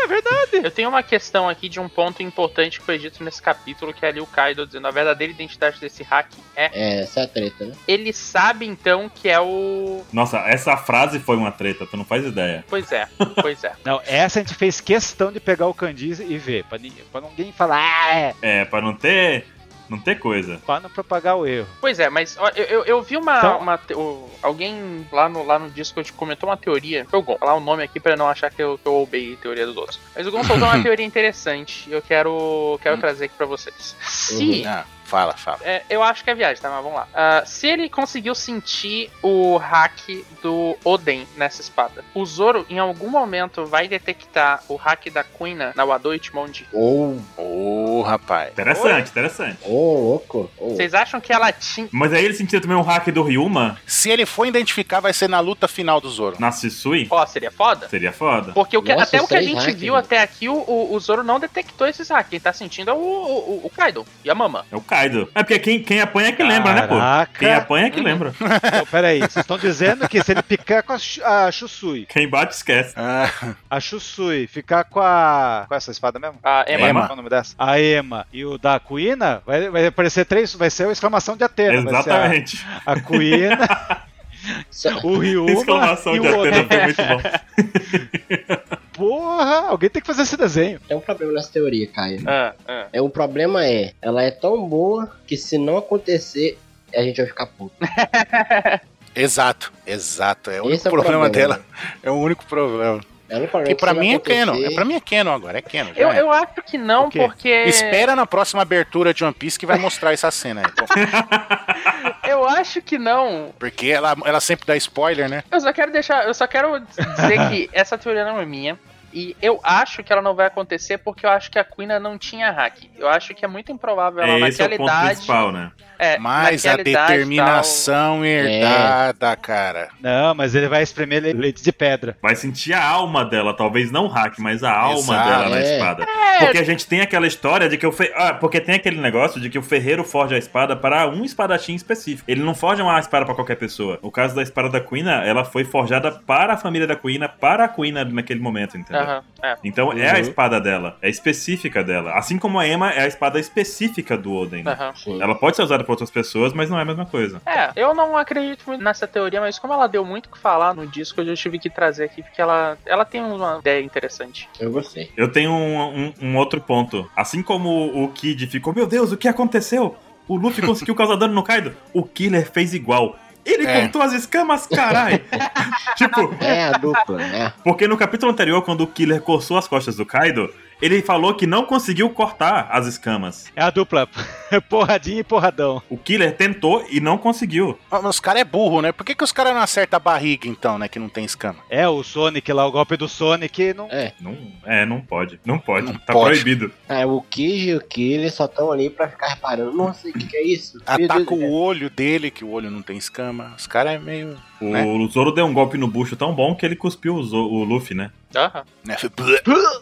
Speaker 5: É verdade.
Speaker 2: Eu tenho uma questão aqui de um ponto importante que foi dito nesse capítulo, que é ali o Kaido dizendo a verdadeira identidade desse hack é.
Speaker 4: É, essa é a treta, né?
Speaker 2: Ele sabe então que é o.
Speaker 3: Nossa, essa frase foi uma treta, tu não faz ideia.
Speaker 2: Pois é, pois é.
Speaker 5: Não, essa a gente fez questão de pegar o Candice e ver. Pra, ni- pra ninguém falar, ah, é.
Speaker 3: É, pra não ter. Não ter coisa.
Speaker 5: Pra não propagar o erro.
Speaker 2: Pois é, mas ó, eu, eu, eu vi uma.
Speaker 5: Então-
Speaker 2: uma te- o- alguém lá no, lá no Discord comentou uma teoria. Eu vou falar o nome aqui pra não achar que eu, que eu roubei a teoria dos outros. Mas o Gon soltou uma teoria interessante e eu quero, quero trazer aqui pra vocês. Se.
Speaker 1: Ah, fala, fala.
Speaker 2: é, eu acho que é viagem, tá? Mas vamos lá. Ah, se ele conseguiu sentir o hack do Oden nessa espada, o Zoro em algum momento vai detectar o hack da Kuina na Wado Ichimonji.
Speaker 4: Ou,
Speaker 1: Ô, rapaz.
Speaker 3: Interessante, interessante.
Speaker 4: ô, louco. ô.
Speaker 2: Vocês acham que ela tinha.
Speaker 3: Mas aí ele sentia também um hack do Ryuma
Speaker 1: Se ele for identificar, vai ser na luta final do Zoro.
Speaker 3: na Shisui.
Speaker 2: Ó, seria foda?
Speaker 3: Seria foda.
Speaker 2: Porque o que-
Speaker 4: Nossa,
Speaker 2: até o que a
Speaker 4: seis
Speaker 2: gente
Speaker 4: hack,
Speaker 2: viu
Speaker 4: velho.
Speaker 2: até aqui, o, o, o Zoro não detectou esses hacks. Quem tá sentindo é o, o, o Kaido e a Mama.
Speaker 3: É o Kaido. É porque quem, quem apanha é que lembra, né, pô?
Speaker 5: Caraca.
Speaker 3: Quem apanha é que lembra.
Speaker 5: Então, peraí, vocês estão dizendo que se ele picar com a, Chu- a Chusui,
Speaker 3: Quem bate, esquece.
Speaker 1: Ah,
Speaker 5: a Chusui ficar com a. Qual é essa espada mesmo?
Speaker 2: A Ah, Emma.
Speaker 1: Ema.
Speaker 5: Qual é o nome dessa? A Ema e o da Cuina, vai, vai aparecer três, vai ser a exclamação de Atena. vai ser a-
Speaker 3: Exatamente.
Speaker 5: A Cuina,
Speaker 4: Sa-
Speaker 5: o Ryuma
Speaker 4: é
Speaker 3: Exclamação
Speaker 5: e
Speaker 3: de
Speaker 5: o
Speaker 3: Atena
Speaker 5: Oden.
Speaker 3: foi muito bom.
Speaker 5: Porra, alguém tem que fazer esse desenho.
Speaker 4: Tem um problema nessa teoria, Caio.
Speaker 2: Ah, ah.
Speaker 4: É, o problema é, ela é tão boa que se não acontecer, a gente vai ficar puto.
Speaker 1: Exato, exato. É o único
Speaker 4: Esse é o
Speaker 1: problema,
Speaker 4: problema.
Speaker 1: dela. É o único problema.
Speaker 4: É um problema
Speaker 1: Que pra
Speaker 4: se não
Speaker 1: mim é
Speaker 4: acontecer-
Speaker 1: Canon. É pra mim é Canon agora, é Canon. já
Speaker 2: Eu,
Speaker 1: é.
Speaker 2: eu acho que não,
Speaker 5: O quê?
Speaker 2: porque.
Speaker 1: Espera na próxima abertura de One Piece que vai mostrar essa cena aí. Bom,
Speaker 2: Eu acho que não.
Speaker 1: Porque ela, ela sempre dá spoiler, né?
Speaker 2: Eu só quero deixar. Eu só quero dizer que essa teoria não é minha. E eu acho que ela não vai acontecer porque eu acho que a Quina não tinha hack. Eu acho que é muito improvável ela
Speaker 3: É, esse é
Speaker 2: naquela
Speaker 3: o ponto
Speaker 2: idade.
Speaker 3: principal, né?
Speaker 2: é,
Speaker 1: Mas a
Speaker 2: naquela idade e tal. É.
Speaker 1: determinação herdada, cara.
Speaker 5: Não, mas ele vai espremer le- leite de pedra.
Speaker 3: Vai sentir a alma dela, talvez não o hack, mas a alma
Speaker 1: Exato.
Speaker 3: dela na
Speaker 4: É.
Speaker 3: espada. Porque a gente tem aquela história de que o fe... ah, porque tem aquele negócio de que o ferreiro forja a espada para um espadachim específico. Ele não forja uma espada para qualquer pessoa. O caso da espada da Quina, ela foi forjada para a família da Quina, para a Quina naquele momento, entendeu?
Speaker 2: Aham, é.
Speaker 3: Então é a
Speaker 4: Uhum.
Speaker 3: espada dela, é específica dela. Assim como a Emma é a espada específica do Oden. né?
Speaker 2: aham.
Speaker 4: Sim.
Speaker 3: Ela pode ser usada por outras pessoas, mas não é a mesma coisa.
Speaker 2: É, eu não acredito muito nessa teoria, mas como ela deu muito o que falar no disco, eu já tive que trazer aqui, porque ela, ela tem uma ideia interessante.
Speaker 4: Eu gostei.
Speaker 3: Eu tenho um, um- um outro ponto. Assim como o Kid ficou, meu Deus, o que aconteceu? O Luffy conseguiu causar dano no Kaido. O Killer fez igual. Ele
Speaker 1: É.
Speaker 3: cortou as escamas, carai! tipo,
Speaker 4: É a dupla, né?
Speaker 3: porque no capítulo anterior, quando o Killer coçou as costas do Kaido, ele falou que não conseguiu cortar as escamas.
Speaker 5: É a dupla. Porradinha e porradão.
Speaker 3: O Killer tentou e não conseguiu.
Speaker 1: Ah, Mas os caras é burro, né? Por que, que os caras não acertam a barriga, então, né? Que não tem escama.
Speaker 5: É, o Sonic lá, o golpe do Sonic não.
Speaker 4: É.
Speaker 3: Não, é, não pode. Não pode.
Speaker 1: Não
Speaker 3: tá
Speaker 1: pode.
Speaker 3: proibido.
Speaker 4: Ah, o Kid e o Killer só estão ali pra ficar reparando. Nossa, o que, que é isso?
Speaker 1: Ataca
Speaker 4: Meu Deus,
Speaker 1: o olho dele, que o olho não tem escama. Os caras é meio.
Speaker 3: O
Speaker 1: Né?
Speaker 3: Zoro deu um golpe no bucho tão bom que ele cuspiu o, Zo- o Luffy, né?
Speaker 2: Aham.
Speaker 1: Né?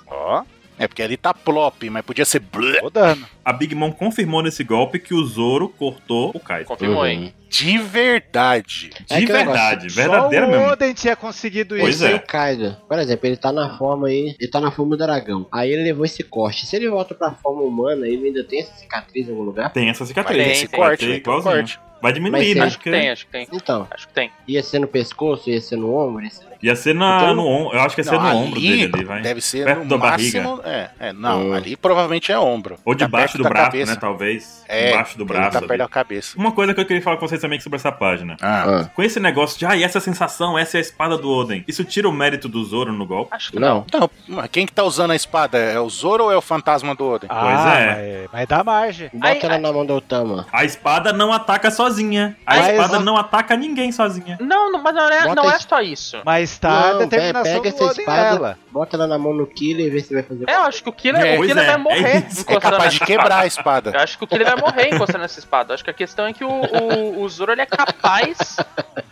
Speaker 5: Ó,
Speaker 1: É porque ali tá plop, mas podia ser.
Speaker 5: o dano.
Speaker 3: A Big Mom confirmou nesse golpe que o Zoro cortou o Kaido.
Speaker 2: Confirmou,
Speaker 4: Uhum.
Speaker 2: hein?
Speaker 1: De verdade.
Speaker 3: De
Speaker 4: É que
Speaker 3: verdade,
Speaker 5: Só
Speaker 3: verdadeiro
Speaker 5: o
Speaker 3: mesmo.
Speaker 5: Oden tinha conseguido
Speaker 3: Pois
Speaker 5: isso.
Speaker 3: é.
Speaker 4: E o Kaido, por exemplo, ele tá na forma aí, ele tá na forma do dragão. Aí ele levou esse corte. Se ele volta pra forma humana, ele ainda tem essa cicatriz em algum lugar?
Speaker 3: Tem essa
Speaker 1: Mas
Speaker 3: cicatriz.
Speaker 1: tem
Speaker 2: Tem,
Speaker 1: esse
Speaker 2: tem,
Speaker 1: corte,
Speaker 3: tem,
Speaker 1: né? Tem um
Speaker 3: igualzinho.
Speaker 1: corte.
Speaker 3: Vai
Speaker 4: Mas
Speaker 3: diminuir, né?
Speaker 4: tem-
Speaker 2: Acho que tem, acho que tem.
Speaker 4: Então,
Speaker 2: Acho que tem.
Speaker 4: ia ser no pescoço, ia ser no ombro, ia ser
Speaker 3: Ia ser na,
Speaker 4: Então-
Speaker 3: no ombro. Eu acho que ia ser
Speaker 1: Não,
Speaker 3: no
Speaker 1: ali
Speaker 3: ombro dele ali, vai.
Speaker 1: Deve ser
Speaker 3: Perto da
Speaker 1: no máximo. É, é, não,
Speaker 4: Hum.
Speaker 1: ali provavelmente é ombro.
Speaker 3: Ou debaixo
Speaker 1: perto
Speaker 3: do
Speaker 1: da
Speaker 3: braço,
Speaker 1: cabeça.
Speaker 3: né? Talvez.
Speaker 1: É,
Speaker 3: debaixo do
Speaker 1: ele
Speaker 3: braço.
Speaker 1: Tá
Speaker 3: ali.
Speaker 1: perto da cabeça.
Speaker 3: Uma coisa que eu queria falar com vocês também sobre essa página.
Speaker 1: Ah,
Speaker 4: Ah,
Speaker 3: Com esse negócio de, ah, e essa sensação, essa é a espada do Oden. Isso tira o mérito do Zoro no golpe?
Speaker 2: Acho que
Speaker 4: não.
Speaker 1: Não, mas quem que tá usando a espada? É o Zoro ou é o fantasma do Oden?
Speaker 5: Ah,
Speaker 3: é.
Speaker 5: Mas, mas dá margem.
Speaker 4: Bota
Speaker 2: Ai,
Speaker 4: ela
Speaker 2: ai.
Speaker 4: na mão do Otama.
Speaker 3: A espada não ataca sozinha. A
Speaker 5: Mas-
Speaker 3: espada não ataca ninguém sozinha.
Speaker 2: Não, não, mas não é,
Speaker 4: Bota
Speaker 2: não é
Speaker 4: isso.
Speaker 2: só isso.
Speaker 5: Mas tá
Speaker 4: Não,
Speaker 5: a determinação
Speaker 4: pe- pega
Speaker 5: do
Speaker 4: essa
Speaker 5: Oden
Speaker 4: espada.
Speaker 5: nela.
Speaker 4: Bota ela na mão do Killer e vê se vai fazer.
Speaker 2: É, eu acho que o Killer,
Speaker 1: É,
Speaker 2: o
Speaker 3: pois
Speaker 2: Killer
Speaker 3: é,
Speaker 2: vai
Speaker 3: é
Speaker 2: morrer
Speaker 3: isso.
Speaker 1: É
Speaker 2: encostando
Speaker 1: capaz de
Speaker 2: nessa espada.
Speaker 1: quebrar a espada.
Speaker 2: Eu acho que o Killer vai morrer encostando nessa espada. Eu acho que a questão é que o, o, o Zoro ele é capaz.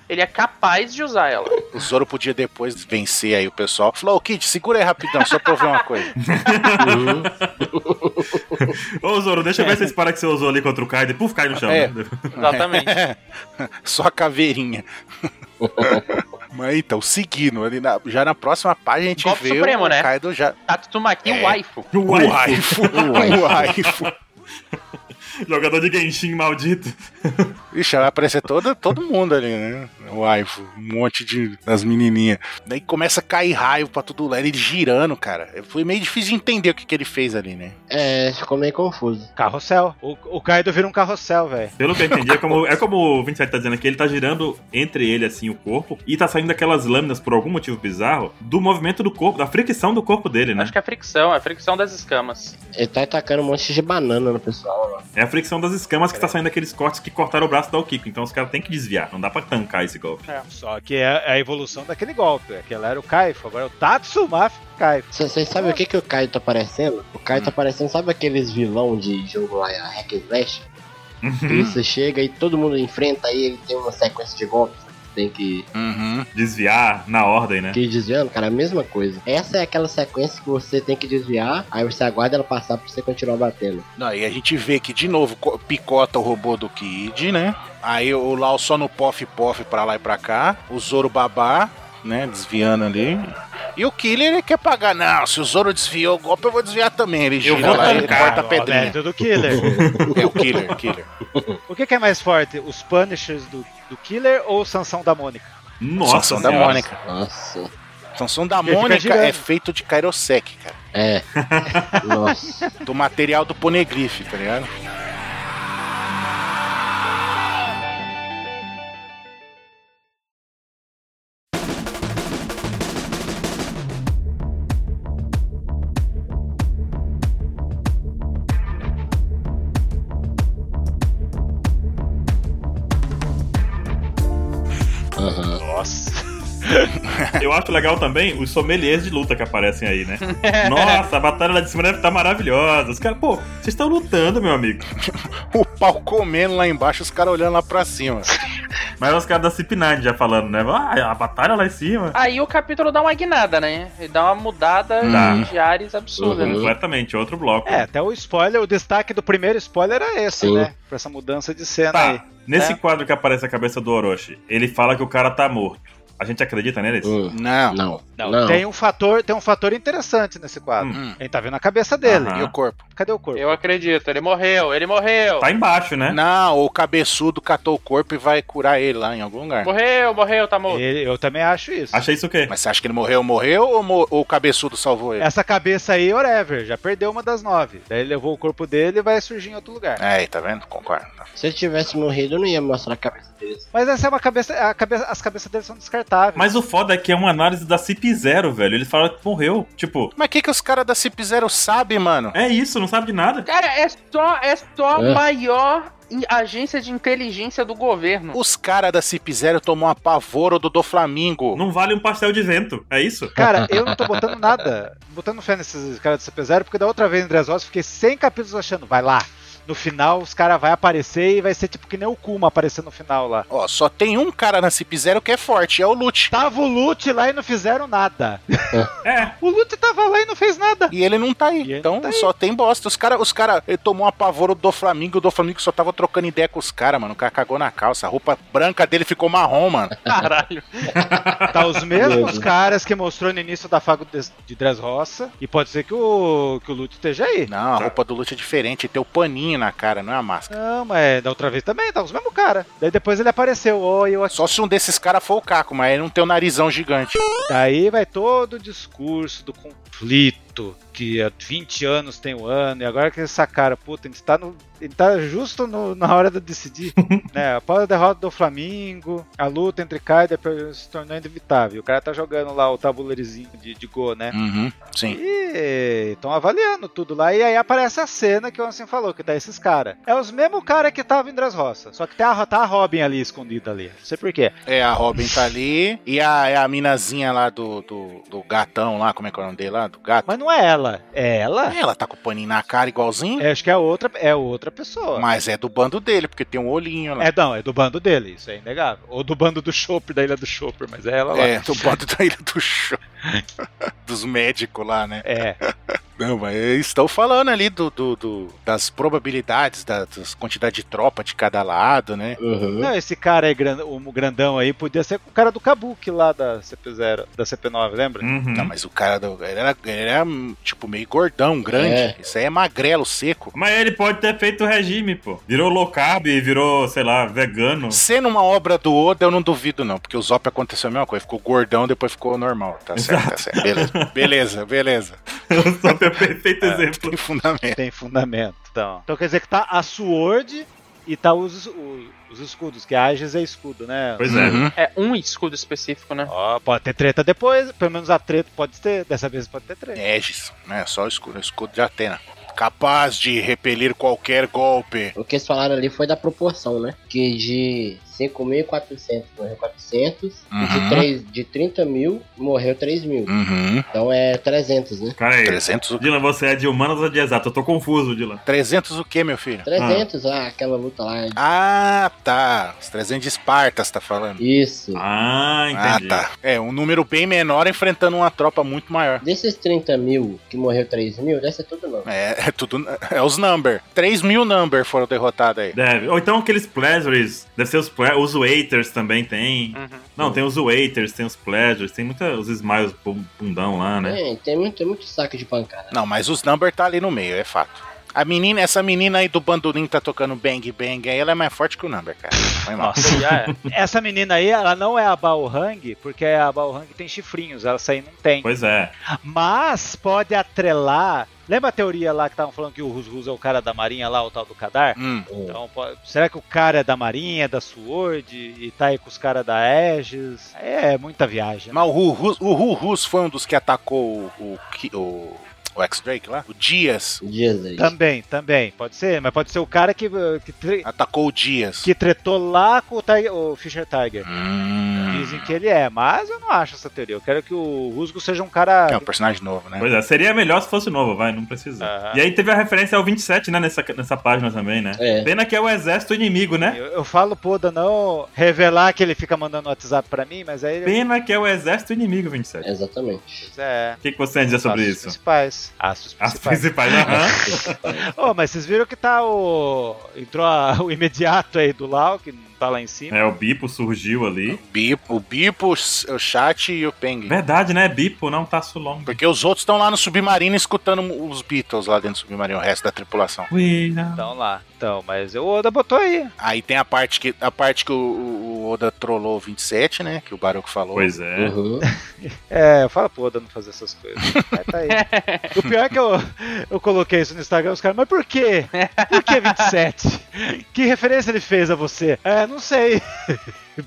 Speaker 2: Ele é capaz de usar ela.
Speaker 1: O Zoro podia depois vencer aí o pessoal. Falou, ô Kid, segura aí rapidão, só pra eu ver uma coisa.
Speaker 3: Ô, Zoro, deixa eu ver essa espada que você usou ali contra o Kaido. E puf, cai no chão.
Speaker 1: É.
Speaker 3: né?
Speaker 2: Exatamente.
Speaker 1: só a caveirinha. Mas então, seguindo, ali na- já na próxima página a gente
Speaker 2: Golpe
Speaker 1: vê
Speaker 2: supremo,
Speaker 1: o
Speaker 2: né?
Speaker 1: Kaido já...
Speaker 2: Tatsumaki
Speaker 1: É.
Speaker 2: Waifu.
Speaker 3: Uai.
Speaker 1: Waifu. Waifu.
Speaker 3: Jogador de Genshin maldito.
Speaker 1: Ixi, vai aparecer todo, todo mundo ali, né? O waifu, um monte de das menininhas. Daí começa a cair raio pra tudo lá, ele girando, cara. Foi meio difícil de entender o que, que ele fez ali, né?
Speaker 4: É, ficou meio confuso.
Speaker 5: Carrossel. O, o Kaido vira um carrossel, velho.
Speaker 3: Pelo que eu entendi, é como, é como o 27 tá dizendo aqui, ele tá girando entre ele, assim, o corpo, e tá saindo aquelas lâminas, por algum motivo bizarro, do movimento do corpo, da fricção do corpo dele, né?
Speaker 2: Acho que é fricção, é fricção das escamas.
Speaker 4: Ele tá atacando um monte de banana no pessoal lá.
Speaker 3: É a fricção das escamas que tá saindo aqueles cortes que cortaram o braço da Okiko, então os caras têm que desviar, não dá pra tancar esse golpe.
Speaker 5: Só que é a evolução daquele golpe. Aquela era o Kaifu, agora é o Tatsumaki Kaifu.
Speaker 4: Vocês sabem o que, que o Caio tá parecendo? O Caio tá parecendo, sabe aqueles vilão de jogo lá, a Hack and Slash? Isso chega e todo mundo enfrenta aí, ele tem uma sequência de golpes. que Tem que,
Speaker 1: Uhum.
Speaker 3: Desviar na ordem, né?
Speaker 4: que ir desviando, cara, a mesma coisa. Essa é aquela sequência que você tem que desviar, aí você aguarda ela passar pra você continuar batendo.
Speaker 1: Não, e a gente vê que, de novo, co- picota o robô do Kid, né? Aí o Lau só no pof-pof pra lá e pra cá. O Zoro babá, né? Desviando ali. E o Killer ele quer pagar. Não, se o Zoro desviou o golpe, eu vou desviar também. Ele gira
Speaker 3: vou né?
Speaker 1: lá e ele
Speaker 3: tancar,
Speaker 1: corta a
Speaker 5: Ó,
Speaker 1: pedrinha.
Speaker 5: mérito do Killer.
Speaker 1: É o Killer, Killer.
Speaker 5: o que, que é mais forte? Os Punishers do, do Killer ou o Sansão da Mônica?
Speaker 3: Nossa
Speaker 1: Sansão da
Speaker 3: senhora.
Speaker 1: Mônica.
Speaker 4: Nossa.
Speaker 1: Sansão Então, da
Speaker 5: Ele fica
Speaker 1: Mônica
Speaker 5: girando.
Speaker 1: é feito de Kairosek, cara.
Speaker 4: É. Nossa.
Speaker 1: Do material do Poneglyph, tá ligado?
Speaker 4: Aham.
Speaker 2: Nossa.
Speaker 3: Eu acho legal também os sommeliers de luta que aparecem aí, né? Nossa, a batalha lá de cima deve estar maravilhosa. Os caras, pô, vocês estão lutando, meu amigo.
Speaker 1: O pau comendo lá embaixo, os caras olhando lá pra cima.
Speaker 3: Mas os caras da CIP9 já falando, né? Ah, a batalha lá em cima.
Speaker 2: Aí o capítulo dá uma guinada, né? Ele dá uma mudada
Speaker 3: Dá.
Speaker 2: de ares absurda, né?
Speaker 4: Uhum.
Speaker 3: Completamente, outro bloco.
Speaker 5: É, até o spoiler, o destaque do primeiro spoiler era esse,
Speaker 4: Sim.
Speaker 5: né? Pra essa mudança de cena aí.
Speaker 3: Tá, nesse
Speaker 1: né?
Speaker 5: É.
Speaker 3: quadro que aparece a cabeça do Orochi, ele fala que o cara tá morto. A gente acredita neles?
Speaker 4: Hum.
Speaker 1: Não.
Speaker 4: Não.
Speaker 6: Não,
Speaker 4: Não.
Speaker 5: Tem um fator, tem um fator interessante nesse quadro.
Speaker 3: Hum.
Speaker 1: Hum.
Speaker 5: A gente tá vendo a cabeça dele.
Speaker 3: Aham.
Speaker 1: E o corpo?
Speaker 5: Cadê o corpo?
Speaker 2: Eu acredito, ele morreu, ele morreu.
Speaker 3: Tá embaixo,
Speaker 5: É?
Speaker 3: né?
Speaker 1: Não, o cabeçudo catou o corpo e vai curar ele lá em algum lugar.
Speaker 2: Morreu, morreu, tá morto.
Speaker 5: Ele- eu também acho isso.
Speaker 3: Achei isso o quê?
Speaker 1: Mas você acha que ele morreu, morreu ou, mo- ou o cabeçudo salvou ele?
Speaker 5: Essa cabeça aí, whatever, já perdeu uma das nove. Daí ele levou o corpo dele e vai surgir em outro lugar.
Speaker 1: Aí, tá vendo? Concordo.
Speaker 4: Se ele tivesse morrido, eu não ia mostrar a cabeça dele.
Speaker 5: Mas essa é uma cabeça, a cabeça. As cabeças dele são descartáveis.
Speaker 3: Mas o foda é que é uma análise da CIP0, velho. Ele fala que morreu. Tipo,
Speaker 1: Mas o que, que os caras da Cip Zero sabem, mano?
Speaker 3: é isso, não sabe de nada.
Speaker 2: Cara, é só, é só
Speaker 4: É.
Speaker 2: maior in- agência de inteligência do governo.
Speaker 1: Os caras da Cip Zero tomou um apavoro do Doflamingo.
Speaker 3: Não vale um pastel de vento. É isso?
Speaker 5: Cara, eu não tô botando nada, botando fé nesses caras do CP0, porque da outra vez em Dressrosa eu fiquei 100 capítulos achando, vai lá, no final os caras vão aparecer e vai ser tipo que nem o Kuma aparecendo no final lá.
Speaker 1: Ó, só tem um cara na Cip Zero que é forte, é o Lute.
Speaker 5: Tava o Lute lá e não fizeram nada.
Speaker 3: É.
Speaker 5: O Lute tava lá e não fez nada.
Speaker 1: E ele não tá aí.
Speaker 5: E ele
Speaker 1: então
Speaker 5: não tá aí.
Speaker 1: só tem bosta. Os caras, os cara, ele tomou um apavoro do Flamengo. O do Flamengo só tava trocando ideia com os caras, mano. O cara cagou na calça. A roupa branca dele ficou marrom, mano.
Speaker 2: Caralho.
Speaker 5: Tá os mesmos
Speaker 4: Mesmo.
Speaker 5: caras que mostrou no início da Fago de de Dressrosa, e pode ser que o, que o Lute esteja aí.
Speaker 1: Não, a roupa do Lute é diferente. Tem o paninho na cara, não é a máscara.
Speaker 5: Não, mas da outra vez também, tá os mesmos caras. Daí depois ele apareceu, oi, eu aqui.
Speaker 1: Só se um desses caras for o Caco, mas ele não tem o narizão gigante.
Speaker 5: Daí vai todo o discurso do conflito, que há 20 anos tem um ano, e agora que eles sacaram, puta, a gente tá, no, a gente tá justo no- na hora de decidir. né? Após a derrota do Flamengo, a luta entre Kaido e Pearl se tornou inevitável. O cara tá jogando lá o tabuleirozinho de, de Go, né?
Speaker 1: Uhum, sim.
Speaker 5: E estão avaliando tudo lá. E aí aparece a cena que o Ansem falou, que tá esses caras. É os mesmos caras que tava em Dras Roças. Só que tá a, tá a Robin ali escondida ali. Não sei porquê.
Speaker 1: É, a Robin tá ali. E a, é a minazinha lá do, do, do gatão lá, como é que é o nome dele lá? Do gato.
Speaker 5: Mas não é ela. É ela?
Speaker 1: Ela tá com o paninho na cara igualzinho.
Speaker 5: É, acho que é outra, é outra pessoa.
Speaker 1: Mas é do bando dele, porque tem um olhinho lá.
Speaker 5: É, não, é do bando dele, isso é inegável. Ou do bando do Chopper, da Ilha do Chopper, mas é ela lá.
Speaker 1: É, do bando da ilha do show. Dos médicos lá, né?
Speaker 5: É.
Speaker 1: Não, mas eles estão falando ali do, do- do- das probabilidades, da, das quantidade de tropa de cada lado, né?
Speaker 4: Uhum.
Speaker 5: Não, esse cara aí, gran- o grandão aí, podia ser o cara do Kabuki lá da CP0, da CP9, lembra?
Speaker 3: Uhum.
Speaker 1: Não, mas o cara, do- ele, era, ele era, tipo, meio gordão, grande.
Speaker 4: É.
Speaker 1: Isso aí é magrelo, seco.
Speaker 3: Mas ele pode ter feito regime, pô. Virou low carb, virou, sei lá, vegano.
Speaker 1: Sendo uma obra do Oda, eu não duvido, não, porque o Zop aconteceu a mesma coisa. Ficou gordão, depois ficou normal. Tá certo, tá certo. Beleza, beleza, beleza.
Speaker 3: Só tem o perfeito
Speaker 1: É.
Speaker 3: exemplo.
Speaker 1: Tem fundamento.
Speaker 5: Tem fundamento, então. Então quer dizer que tá a Sword e tá os, os, os escudos, que a Aegis é escudo, né?
Speaker 3: Pois é.
Speaker 1: Uhum.
Speaker 2: É um escudo específico,
Speaker 1: é.
Speaker 2: né?
Speaker 5: Ó, pode ter treta depois, pelo menos a treta pode ter, dessa vez pode ter treta.
Speaker 1: Aegis, né? Só o escudo, o escudo de Atena. Capaz de repelir qualquer golpe.
Speaker 4: O que eles falaram ali foi da proporção, né? Que de 5.400 morreu 400,
Speaker 1: Uhum.
Speaker 4: de, 3, de 30 mil morreu 3 mil.
Speaker 1: Uhum.
Speaker 4: Então é 300, né?
Speaker 3: Cara aí.
Speaker 1: 300 o
Speaker 3: Dylan, você é de humanas ou de exato? Eu tô confuso, Dylan.
Speaker 1: 300 o que, meu filho?
Speaker 4: 300, ah, aquela luta lá.
Speaker 1: Ah, tá. Os 300 de Esparta, você tá falando.
Speaker 4: Isso.
Speaker 3: Ah,
Speaker 1: Ah,
Speaker 3: entendi.
Speaker 1: tá. É, um número bem menor enfrentando uma tropa muito maior.
Speaker 4: Desses 30 mil que morreu 3 mil, deve ser tudo não.
Speaker 1: É, é tudo. É os number. 3 mil number foram derrotados aí.
Speaker 3: Deve. Ou então aqueles pleasures. Deve ser os, ple- os waiters também tem.
Speaker 2: Uhum.
Speaker 3: Não, tem os waiters, tem os pleasures, tem muita, os smiles bum- bundão lá, né?
Speaker 4: É, tem muito, tem muito saco de pancada.
Speaker 1: Não, mas os number tá ali no meio, é fato. A menina, essa menina aí do bandolim tá tocando Bang Bang aí, ela é mais forte que o Number, cara. Foi mal.
Speaker 5: Nossa, já é. Essa menina aí, ela não é a Balhang, porque a Balhang tem chifrinhos, ela aí não tem.
Speaker 3: Pois é.
Speaker 5: Mas pode atrelar. Lembra a teoria lá que estavam falando que o Rus Rus é o cara da marinha lá, o tal do Kadar?
Speaker 1: Hum.
Speaker 5: Então, pode- será que o cara é da marinha, da Sword, e tá aí com os caras da Aegis? É, muita viagem. né?
Speaker 1: Mas o Ru- o Ru Rus foi um dos que atacou o, o, Ki- o, o X-Drake lá? O Dias.
Speaker 4: Dias aí.
Speaker 5: Também, também, pode ser, mas pode ser o cara que, que, tre-
Speaker 1: Atacou o Dias.
Speaker 5: que tretou lá com o, Tiger- o Fischer Tiger.
Speaker 1: Hum.
Speaker 5: Dizem que ele é, mas eu não acho essa teoria. Eu quero que o Rusgo seja um cara.
Speaker 1: É um personagem novo, né?
Speaker 3: Pois é, seria melhor se fosse novo, vai, não precisa.
Speaker 5: Aham.
Speaker 3: E aí teve a referência ao 27, né, nessa, nessa página também, né?
Speaker 4: É.
Speaker 3: Pena que é o exército inimigo, né?
Speaker 5: Eu, eu falo pro Oda não revelar que ele fica mandando WhatsApp pra mim, mas aí ele.
Speaker 3: Pena que é o exército inimigo 27.
Speaker 4: Exatamente.
Speaker 5: É,
Speaker 3: O que, que você tem a dizer sobre
Speaker 5: astros
Speaker 3: isso? Ah,
Speaker 5: principais. Astros
Speaker 3: As
Speaker 5: principais.
Speaker 3: principais, aham.
Speaker 5: Ô, mas vocês viram que tá o. Entrou a- o imediato aí do Lau, que não tá lá em cima.
Speaker 3: É, o Bipo
Speaker 1: É
Speaker 3: surgiu
Speaker 1: O
Speaker 3: ali.
Speaker 1: Bipo, o Bipo, o Chat e o Peng.
Speaker 3: Verdade, né? Bipo, não tá Sulong.
Speaker 1: Porque os outros estão lá no submarino escutando os Beatles lá dentro do submarino, o resto da tripulação.
Speaker 3: We
Speaker 1: tá
Speaker 3: now.
Speaker 5: Então lá. Então, mas o Oda botou aí.
Speaker 1: Aí tem a parte que a parte que o, o- o Oda trollou o 27, né? Que o Baruch falou.
Speaker 3: Pois é.
Speaker 4: Uhum.
Speaker 5: É, fala pro Oda não fazer essas coisas. Mas tá aí. o pior é que eu, eu coloquei isso no Instagram, os caras, mas por quê? Por que 27? Que referência ele fez a você? É, não sei.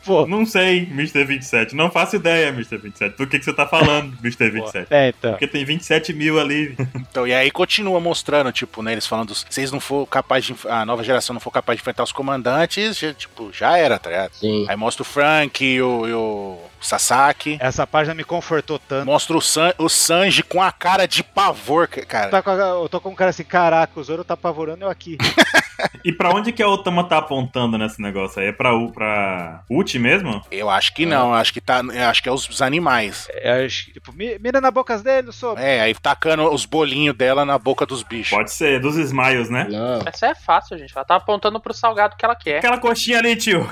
Speaker 5: Pô.
Speaker 3: Não sei, Mr. 27. Não faço ideia, Mr. 27. Do que, que você tá falando, Mr. 27?
Speaker 5: É, então.
Speaker 3: Porque tem 27 mil ali.
Speaker 1: Então, e aí continua mostrando, tipo, né? Eles falando, se vocês não for capaz de. enf- A nova geração não for capaz de enfrentar os comandantes, já, tipo, já era, tá ligado?
Speaker 4: Sim.
Speaker 1: Aí mostra o Frank e o, e o Sasaki.
Speaker 5: Essa página me confortou tanto.
Speaker 1: Mostra o, San, o Sanji com a cara de pavor, ca- cara.
Speaker 5: Tá com a- eu tô com um cara assim, caraca, o Zoro tá apavorando eu aqui.
Speaker 3: E pra onde que a Otama tá apontando nesse negócio aí? É pra, U- pra ult mesmo?
Speaker 1: Eu acho que não, eu acho que tá. eu acho que é os, os animais.
Speaker 5: É, acho que, tipo, mi- mira na boca dele, sou.
Speaker 1: É, aí tacando os bolinhos dela na boca dos bichos.
Speaker 3: Pode ser, dos Smiles, né?
Speaker 4: Não.
Speaker 2: Essa é fácil, gente. Ela tá apontando pro salgado que ela quer.
Speaker 3: Aquela coxinha ali, tio.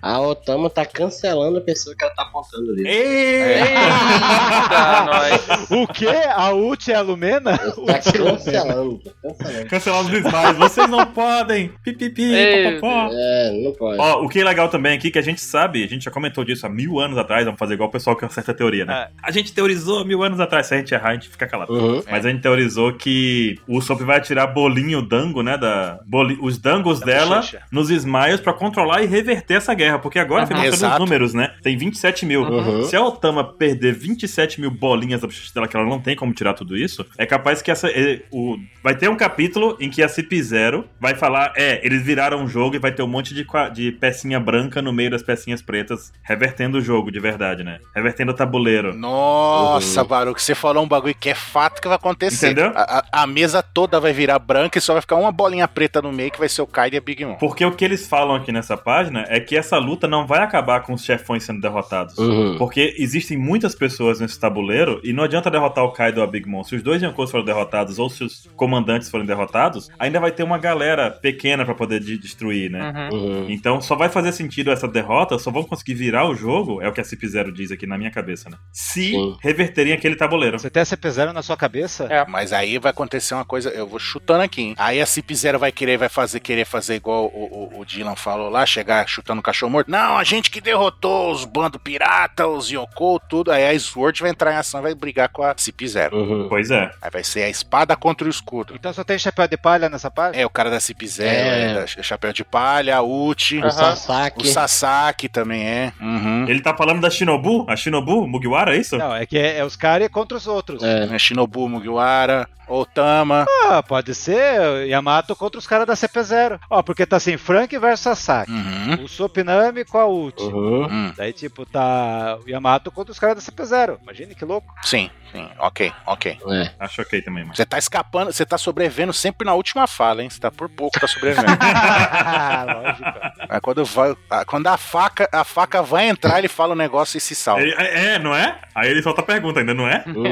Speaker 4: A Otama tá cancelando a pessoa que ela tá apontando ali.
Speaker 3: Ei!
Speaker 2: Eita, nós.
Speaker 5: O quê? A ult é a Lumena?
Speaker 4: Tá cancelando, tá cancelando.
Speaker 3: Cancelar os Smiles, vocês não podem! Pipipi,
Speaker 2: Ei,
Speaker 3: popopó.
Speaker 4: É, não pode.
Speaker 3: Ó, o que é legal também aqui, que a gente sabe, a gente já comentou disso há mil anos atrás, vamos fazer igual o pessoal que acerta a teoria, né? A gente teorizou há mil anos atrás, se a gente errar, a gente fica calado.
Speaker 4: Uhum.
Speaker 3: Mas a gente teorizou que o Sop vai tirar bolinho dango, né? Da, boli- os dangos
Speaker 5: Da
Speaker 3: dela
Speaker 5: bochecha. Uhum.
Speaker 3: nos Smiles pra controlar e reverter essa guerra. Porque agora
Speaker 2: Aham.
Speaker 3: tem mostrando os
Speaker 1: Exato.
Speaker 3: números, né? Tem 27 mil.
Speaker 4: Uhum.
Speaker 3: Se a Otama perder 27 mil bolinhas da bochecha dela, que ela não tem como tirar tudo isso, é capaz que essa. é, o, vai ter um capítulo em que a CP0 vai falar: é, eles viraram o jogo e vai ter um monte de, qua- de pecinha branca no meio das pecinhas pretas, revertendo o jogo de verdade, né? Revertendo o tabuleiro.
Speaker 1: Nossa, Baruque, você falou um bagulho que é fato que vai acontecer.
Speaker 3: Uhum. Entendeu?
Speaker 1: A, a- a mesa toda vai virar branca e só vai ficar uma bolinha preta no meio que vai ser o Kaido e a Big Mom.
Speaker 3: Porque o que eles falam aqui nessa página é que essa luta não vai acabar com os chefões sendo derrotados.
Speaker 4: Uhum.
Speaker 3: Porque existem muitas pessoas nesse tabuleiro e não adianta derrotar o Kaido ou a Big Mom. Se os dois Yonkos forem derrotados ou se os comandantes forem derrotados, ainda vai ter uma galera pequena pra poder de- destruir, né?
Speaker 2: Uhum.
Speaker 4: Uhum.
Speaker 3: Então só vai fazer sentido essa derrota, só vão conseguir virar o jogo, é o que a CP0 diz aqui na minha cabeça, né? Se
Speaker 4: Sim.
Speaker 3: reverterem aquele tabuleiro.
Speaker 5: Você tem essa pesada na sua cabeça?
Speaker 2: É.
Speaker 1: Mas aí vai acontecer uma coisa, eu vou chutando aqui, hein? Aí a Cip Zero vai querer, vai fazer, querer fazer igual o, o- o Dylan falou lá, chegar chutando o cachorro morto. Não, a gente que derrotou os bando pirata, os Yonkou, tudo. Aí a Sword vai entrar em ação e vai brigar com a Cip Zero.
Speaker 4: Uhum.
Speaker 3: Pois é.
Speaker 1: Aí vai ser a espada contra o escudo.
Speaker 5: Então só tem chapéu de palha nessa página?
Speaker 1: É, o cara da Cip Zero,
Speaker 4: É.
Speaker 1: é, da- Chapéu de Palha, a Uchi.
Speaker 4: O
Speaker 2: Aham.
Speaker 1: O
Speaker 4: Sasaki.
Speaker 1: Sasaki também é. Uhum.
Speaker 3: Ele tá falando da Shinobu? A Shinobu? Mugiwara, é isso?
Speaker 5: Não, é que é, é os caras contra os outros.
Speaker 4: É.
Speaker 1: É Shinobu, Mugiwara, Otama.
Speaker 5: Ah, pode ser Yamato contra os caras da CP0. Ó, porque tá assim, Frank versus Sasaki.
Speaker 1: Uhum.
Speaker 5: O Sopinami com a ult.
Speaker 4: Uhum.
Speaker 1: Hum,
Speaker 5: Daí, tipo, tá o Yamato contra os caras da CP0. Imagina que louco.
Speaker 1: sim, sim. Ok, ok.
Speaker 4: É.
Speaker 3: Acho ok Ah, também, mas.
Speaker 1: Você tá escapando,
Speaker 5: Ah,
Speaker 1: você tá sobrevivendo sempre na última fala, hein? Você tá por pouco, tá sobrevivendo.
Speaker 5: Lógico.
Speaker 1: Aí quando, vai, ah, quando a, faca, a faca vai entrar, ele fala o negócio e se salva.
Speaker 3: Ele- é, é, não é? Aí ele solta a pergunta ainda, não é?
Speaker 4: Uhum.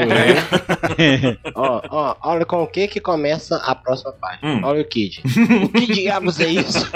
Speaker 4: Ó, ó, olha com o que que começa a próxima página.
Speaker 3: Hum.
Speaker 4: Olha o Kid. O que diabos é isso?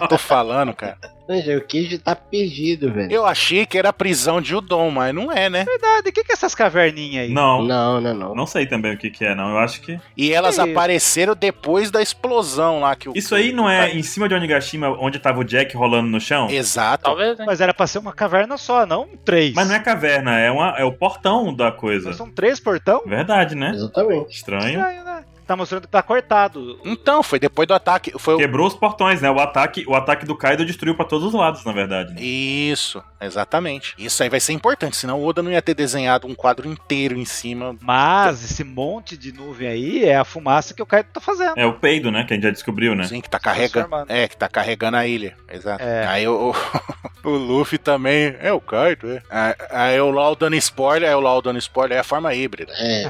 Speaker 1: Eu tô falando, cara.
Speaker 4: Veja, o Kid tá perdido, velho.
Speaker 1: Eu achei que era a prisão de Udon, mas não é, né?
Speaker 5: Verdade, o que, que é essas caverninhas aí?
Speaker 3: Não.
Speaker 4: Não, não, não.
Speaker 3: Não sei também o que, que é, não. Eu acho que.
Speaker 1: E elas
Speaker 5: Que isso?
Speaker 1: apareceram depois da explosão lá que o.
Speaker 3: Isso aí não é em cima de Onigashima, onde tava o Jack rolando no chão?
Speaker 1: Exato.
Speaker 2: Talvez, né?
Speaker 5: Mas era pra ser uma caverna só, não três.
Speaker 3: Mas não é caverna, é, uma, é o portão da coisa.
Speaker 5: Mas são três portão?
Speaker 3: Verdade, né?
Speaker 4: Exatamente.
Speaker 3: Estranho. Hum.
Speaker 5: Estranho, né? Tá mostrando que tá cortado.
Speaker 1: Então, foi depois do ataque. Foi o-
Speaker 3: Quebrou os portões, né? O ataque, o ataque do Kaido destruiu pra todos os lados, na verdade. né?
Speaker 1: Isso, exatamente. Isso aí vai ser importante, senão o Oda não ia ter desenhado um quadro inteiro em cima.
Speaker 5: Mas esse monte de nuvem aí é a fumaça que o Kaido tá fazendo.
Speaker 3: É o peido, né? Que a gente já descobriu, né?
Speaker 1: Assim, que tá carregando.
Speaker 5: Transformando.
Speaker 1: É, que tá carregando a ilha. Exato.
Speaker 5: É.
Speaker 1: Aí o, o Luffy também. É o Kaido, é. Aí- Aí o Law dando spoiler, aí o Law dando spoiler, é a forma híbrida.
Speaker 4: É.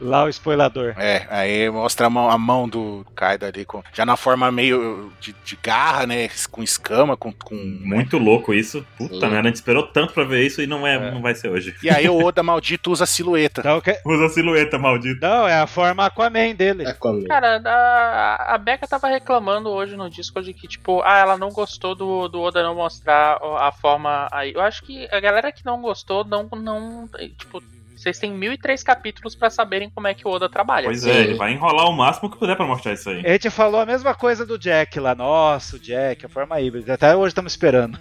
Speaker 5: Lá o spoilador.
Speaker 1: É, aí mostra a mão, a mão do Kaido ali, com, já na forma meio de, de garra, né? Com escama, com. com...
Speaker 3: Muito louco isso. Puta
Speaker 4: Sim.
Speaker 3: merda, a gente esperou tanto pra ver isso e não, é,
Speaker 5: É.
Speaker 3: não vai ser hoje.
Speaker 1: E aí o Oda maldito usa a silhueta.
Speaker 3: Tá
Speaker 5: Então, o que-
Speaker 3: Usa a silhueta, maldito.
Speaker 5: Não, é a forma Aquaman dele.
Speaker 4: Tá comendo.
Speaker 2: Cara, a, a Becca tava reclamando hoje no Discord de que, tipo, ah, ela não gostou do, do Oda não mostrar o- a forma aí. Eu acho que a galera que não gostou não. não tipo, vocês têm mil e três capítulos pra saberem como é que o Oda trabalha.
Speaker 3: Pois é, ele vai enrolar o máximo que puder pra mostrar isso aí.
Speaker 5: A gente falou a mesma coisa do Jack lá. Nossa, o Jack, a forma híbrida. Até hoje estamos esperando.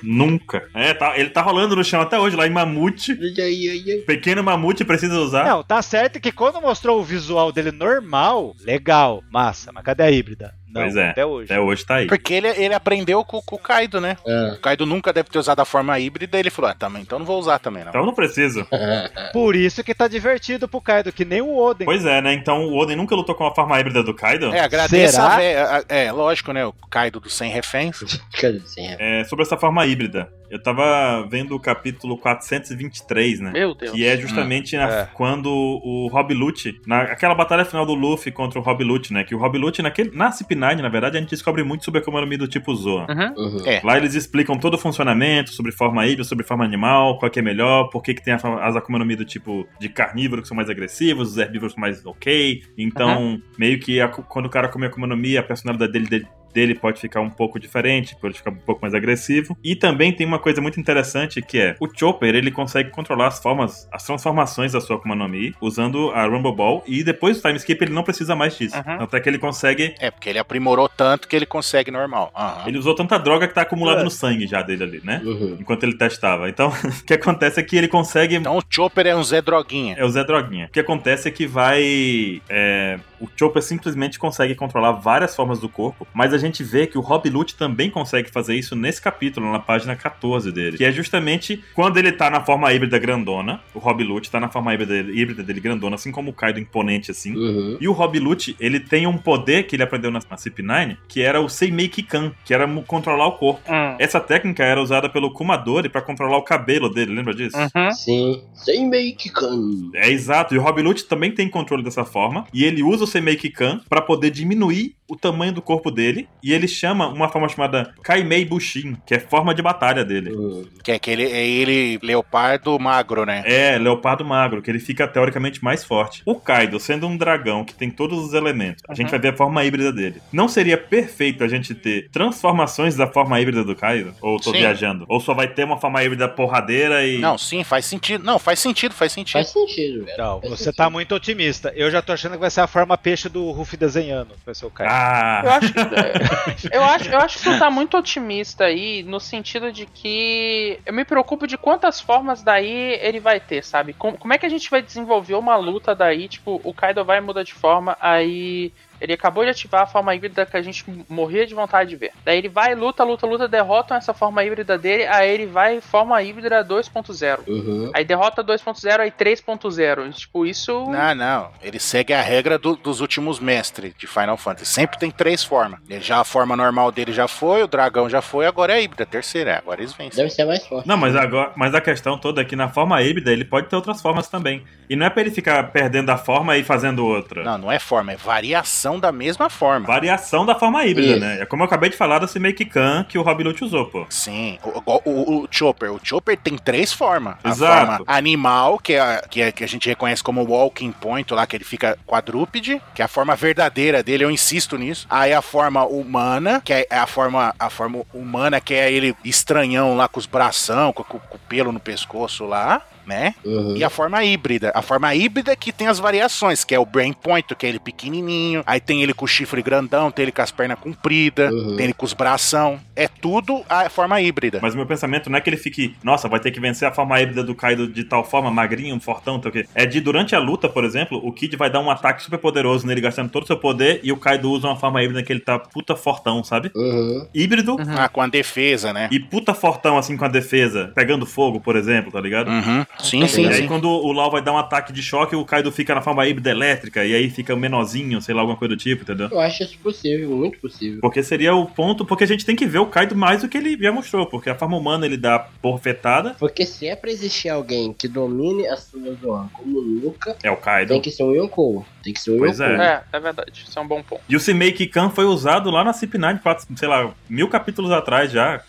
Speaker 3: Nunca. É, tá- ele tá rolando no chão até hoje, lá em Mamute.
Speaker 4: Ai, ai, ai, ai.
Speaker 3: Pequeno Mamute precisa usar.
Speaker 5: Não, tá certo que quando mostrou o visual dele normal, legal, massa. Mas cadê a híbrida? Não,
Speaker 3: Pois é.
Speaker 5: até hoje.
Speaker 3: Até hoje tá aí.
Speaker 1: Porque ele, ele aprendeu com, com o Kaido, né?
Speaker 4: Ah.
Speaker 1: O Kaido nunca deve ter usado a forma híbrida, ele falou, ah, também, então não vou usar também, não.
Speaker 3: Então não precisa.
Speaker 4: Ah,
Speaker 5: Por isso que tá divertido pro Kaido, que nem o Oden.
Speaker 3: Pois é, né? Então o Oden nunca lutou com a forma híbrida do Kaido.
Speaker 1: É, agradeça
Speaker 5: Será?
Speaker 1: a véia- a- É, lógico, né? O Kaido dos 100 reféns.
Speaker 4: Cadê assim, é?
Speaker 3: É, sobre essa forma híbrida. Eu tava vendo o capítulo 423, né?
Speaker 2: Meu Deus.
Speaker 3: Que é justamente na-
Speaker 5: É.
Speaker 3: quando o Rob Lute, naquela batalha final do Luffy contra o Rob Lute, né? Que o Rob Lute, naquele, na CP9, na verdade, a gente descobre muito sobre a Akuma no Mi do tipo Zoa.
Speaker 2: Uhum.
Speaker 4: Uhum.
Speaker 1: É.
Speaker 3: Lá eles explicam todo o funcionamento, sobre forma híbrida, sobre forma animal, qual que é melhor, por que, que tem a fa- as Akuma no Mi do tipo de carnívoro que são mais agressivos, os herbívoros são mais ok. Então, meio que a- quando o cara come Akuma no Mi, a personalidade dele, dele dele pode ficar um pouco diferente, pode ficar um pouco mais agressivo. E também tem uma coisa muito interessante que é o Chopper, ele consegue controlar as formas, as transformações da sua Akuma no Mi usando a Rumble Ball e depois do time skip ele não precisa mais disso.
Speaker 2: Uhum.
Speaker 3: Até que ele consegue
Speaker 1: É, porque ele aprimorou tanto que ele consegue normal. Aham.
Speaker 3: ele usou tanta droga que tá acumulada
Speaker 5: É.
Speaker 3: no sangue já dele ali, né?
Speaker 4: Uhum.
Speaker 3: enquanto ele testava. Então, o que acontece é que ele consegue.
Speaker 1: Então o Chopper é um Zé Droguinha.
Speaker 3: É o Zé Droguinha. O que acontece é que vai. é, o Chopper simplesmente consegue controlar várias formas do corpo, mas a gente vê que o Rob Lute também consegue fazer isso nesse capítulo, na página 14 dele. Que é justamente quando ele tá na forma híbrida grandona. O Rob Lute tá na forma híbrida, híbrida dele grandona, assim como o Kaido imponente, assim.
Speaker 4: Uhum.
Speaker 3: E o Rob Lute, ele tem um poder que ele aprendeu na, na CP9, que era o Seimei Kan, que era mu- controlar o corpo.
Speaker 2: Hum.
Speaker 3: Essa técnica era usada pelo Kumadori pra controlar o cabelo dele, lembra disso?
Speaker 2: Uhum.
Speaker 4: Sim. Sem make can.
Speaker 3: É exato, e o Rob Lute também tem controle dessa forma, e ele usa o Seimei Kan pra poder diminuir o tamanho do corpo dele, e ele chama uma forma chamada Kaimei Bushin, que é forma de batalha dele.
Speaker 4: Uhum.
Speaker 1: Que é aquele é ele leopardo magro, né?
Speaker 3: É, leopardo magro, que ele fica teoricamente mais forte. O Kaido, sendo um dragão que tem todos os elementos, a gente
Speaker 2: Uhum.
Speaker 3: vai ver a forma híbrida dele. Não seria perfeito a gente ter transformações da forma híbrida do Kaido? Ou tô
Speaker 1: Sim.
Speaker 3: viajando? Ou só vai ter uma forma híbrida porradeira e.
Speaker 1: Não, sim, faz sentido. Não, faz sentido, faz sentido.
Speaker 4: Faz sentido, velho.
Speaker 5: Não,
Speaker 4: Faz
Speaker 5: você
Speaker 4: sentido.
Speaker 5: tá muito otimista. Eu já tô achando que vai ser a forma peixe do Ruffy desenhando. Vai ser o Kaido.
Speaker 3: Ah!
Speaker 2: Eu acho, que, eu, acho, eu acho que tu tá muito otimista aí, no sentido de que eu me preocupo de quantas formas daí ele vai ter, sabe? Com- Como, é que a gente vai desenvolver uma luta daí, tipo, o Kaido vai e muda de forma, aí ele acabou de ativar a forma híbrida que a gente morria de vontade de ver. Daí ele vai, luta, luta, luta, derrotam essa forma híbrida dele, aí ele vai e forma híbrida 2.0.
Speaker 4: Uhum.
Speaker 2: Aí derrota 2.0, aí 3.0. Tipo, isso...
Speaker 1: Não, não. Ele segue a regra do- dos últimos mestres de Final Fantasy. Sempre tem três formas. Ele já a forma normal dele já foi, o dragão já foi, agora é a híbrida, a terceira. é, Agora eles vencem.
Speaker 4: Deve ser mais forte.
Speaker 3: Não, mas agora, mas a questão toda é que na forma híbrida ele pode ter outras formas também. E não é pra ele ficar perdendo a forma e fazendo outra.
Speaker 1: Não, não é forma, é variação da mesma forma.
Speaker 3: Variação da forma híbrida,
Speaker 4: Isso.
Speaker 3: né? É como eu acabei de falar desse make can que o Rob Lute usou, pô.
Speaker 1: Sim, o, igual o- o Chopper. O Chopper tem três formas. A
Speaker 3: Exato.
Speaker 1: forma animal, que é, a- que é- que a gente reconhece como walking point lá, que ele fica quadrúpede, que é a forma verdadeira dele, eu insisto nisso. Aí a forma humana, que é é a forma, a forma humana, que é ele estranhão lá com os bração, com, com- com o pelo no pescoço lá, né?
Speaker 4: Uhum.
Speaker 1: E a forma híbrida. A forma híbrida é que tem as variações, que é o Brain Point, que é ele pequenininho. Aí tem ele com o chifre grandão, tem ele com as pernas compridas,
Speaker 4: Uhum.
Speaker 1: tem ele com os bração. É tudo a forma híbrida.
Speaker 3: Mas o meu pensamento não é que ele fique, nossa, vai ter que vencer a forma híbrida do Kaido de tal forma, magrinho, fortão, tal que. É de durante a luta, por exemplo, o Kid vai dar um ataque super poderoso nele, gastando todo o seu poder, e o Kaido usa uma forma híbrida que ele tá puta fortão, sabe?
Speaker 4: Uhum.
Speaker 3: Híbrido
Speaker 1: Ah, com a defesa, né?
Speaker 3: e puta fortão assim com a defesa, pegando fogo, por exemplo, tá ligado?
Speaker 1: Uhum. Sim,
Speaker 2: E
Speaker 1: sim,
Speaker 3: e aí,
Speaker 1: sim.
Speaker 3: quando o Lau vai dar um ataque de choque, o Kaido fica na forma híbrida elétrica, e aí fica menorzinho, sei lá, alguma coisa do tipo, entendeu?
Speaker 4: Eu acho isso possível, muito possível.
Speaker 3: Porque seria o ponto, porque a gente tem que ver o Kaido mais do que ele já mostrou, porque a forma humana ele dá porfetada,
Speaker 4: Porque se é pra existir alguém que domine a sua zona como nunca,
Speaker 3: é o Kaido.
Speaker 4: tem que ser um Yonkou. Tem que ser um
Speaker 3: Pois
Speaker 4: Yonkou.
Speaker 2: É, é verdade. Isso é um bom ponto.
Speaker 3: E o Simake Khan foi usado lá na CP9, quatro- sei lá, mil capítulos atrás já.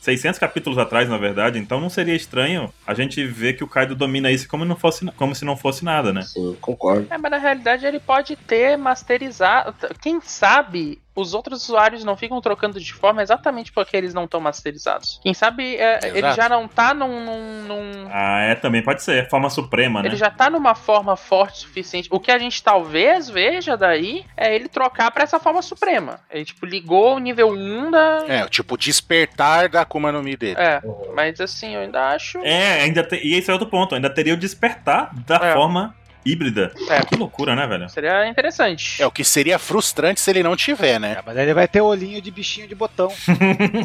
Speaker 3: 600 capítulos atrás, na verdade. Então não seria estranho a gente ver que o Kaido domina isso como, não fosse, como se não fosse nada, né?
Speaker 4: Sim, concordo.
Speaker 2: É, mas na realidade ele pode ter masterizado. Quem sabe os outros usuários não ficam trocando de forma exatamente porque eles não estão masterizados. Quem sabe é,
Speaker 1: Exato.
Speaker 2: ele já não tá num. num- num-
Speaker 3: Ah, é, também pode ser. Forma suprema, né?
Speaker 2: Ele já tá numa forma forte o suficiente. O que a gente talvez veja daí é ele trocar pra essa forma suprema. Ele, tipo, ligou o nível 1 da.
Speaker 1: É, tipo, despertar da Akuma no Mi dele.
Speaker 2: É, mas assim, eu ainda acho.
Speaker 3: É, ainda te- e esse é outro ponto. Ainda teria o despertar da
Speaker 2: É.
Speaker 3: forma híbrida.
Speaker 2: É.
Speaker 3: Que loucura, né, velho?
Speaker 2: Seria interessante.
Speaker 1: É o que seria frustrante se ele não tiver, né?
Speaker 5: É, mas aí ele vai ter olhinho de bichinho de botão.
Speaker 3: É.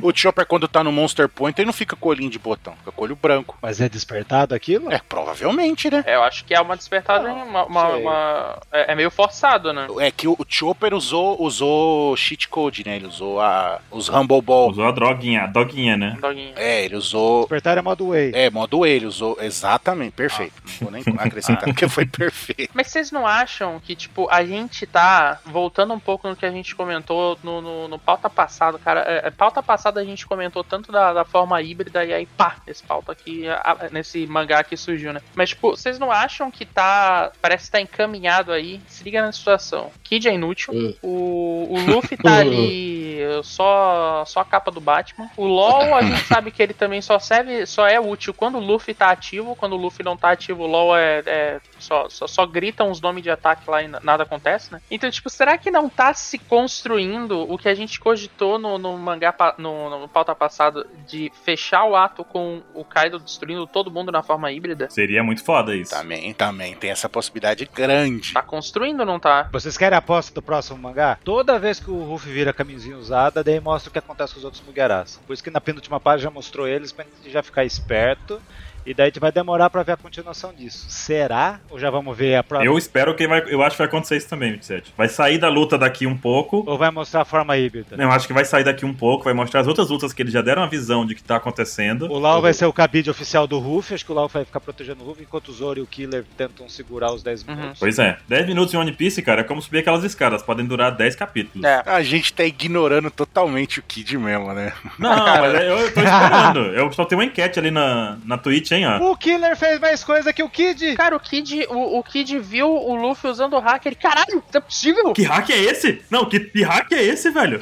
Speaker 1: O Chopper, quando tá no Monster Point, ele não fica com olhinho de botão, fica com olho branco.
Speaker 5: Mas é despertado aquilo?
Speaker 1: É, provavelmente, né?
Speaker 2: É, eu acho que é uma despertada.
Speaker 5: Não,
Speaker 2: uma- uma-
Speaker 5: sei.
Speaker 2: uma- É, é meio forçado, né?
Speaker 1: É que o o Chopper usou, usou cheat code, né? Ele usou a, os Humble Ball.
Speaker 3: Usou a droguinha, a doguinha, né?
Speaker 2: Doguinho.
Speaker 1: É, ele usou
Speaker 5: Despertar é modo way.
Speaker 1: É, modo ele usou. Exatamente, perfeito. Não vou nem acrescentar, porque foi perfeito.
Speaker 2: Mas é vocês não acham que, tipo, a gente tá voltando um pouco no que a gente comentou no, no, no pauta passado, cara? É, é, pauta passada a gente comentou tanto da, da forma híbrida e aí pá, esse pauta aqui, a- a- nesse mangá que surgiu, né? Mas, tipo, vocês não acham que tá. Parece que tá encaminhado aí? Se liga na situação. Kid é inútil.
Speaker 4: Hum.
Speaker 2: O, o Luffy tá ali só, só a capa do Batman. O LOL, a gente sabe que ele também só serve, só é útil quando o Luffy tá ativo. Quando o Luffy não tá ativo, o LOL é. é- só, só, só gritam os nomes de ataque lá e na- nada acontece, né? Então, tipo, será que não tá se construindo o que a gente cogitou no, no mangá, pa- no, no pauta passado, de fechar o ato com o Kaido destruindo todo mundo na forma híbrida?
Speaker 3: Seria muito foda isso.
Speaker 1: Também, também. Tem essa possibilidade grande.
Speaker 2: Tá construindo ou não tá?
Speaker 5: Vocês querem a aposta do próximo mangá? Toda vez que o Ruff vira camisinha usada, daí mostra o que acontece com os outros Mugiarás. Por isso que na penúltima página já mostrou eles pra gente já ficar esperto. E daí a gente vai demorar pra ver a continuação disso. Será? Ou já vamos ver a próxima?
Speaker 3: Eu espero que vai. Eu acho que vai acontecer isso também, 27. Vai sair da luta daqui um pouco.
Speaker 5: Ou vai mostrar a forma híbrida?
Speaker 3: Eu acho que vai sair daqui um pouco, vai mostrar as outras lutas que eles já deram a visão de que tá acontecendo.
Speaker 5: O Lau vai ser o cabide oficial do Ruff, acho que o Lau vai ficar protegendo o Ruff, enquanto o Zoro e o Killer tentam segurar os 10
Speaker 2: Uhum.
Speaker 5: minutos.
Speaker 3: Pois é, 10 minutos em One Piece, cara, é como subir aquelas escadas, podem durar 10 capítulos.
Speaker 2: É.
Speaker 1: A gente tá ignorando totalmente o Kid mesmo, né?
Speaker 3: Não, mas é, eu, eu tô esperando. Eu só tenho uma enquete ali na, na Twitch, hein, ó.
Speaker 5: O Killer fez mais coisa que o Kid!
Speaker 2: Cara, o Kid, o, o Kid viu o Luffy usando o hack, ele, caralho, não é possível?
Speaker 3: Que hack é esse? Não, que, que hack é esse, velho?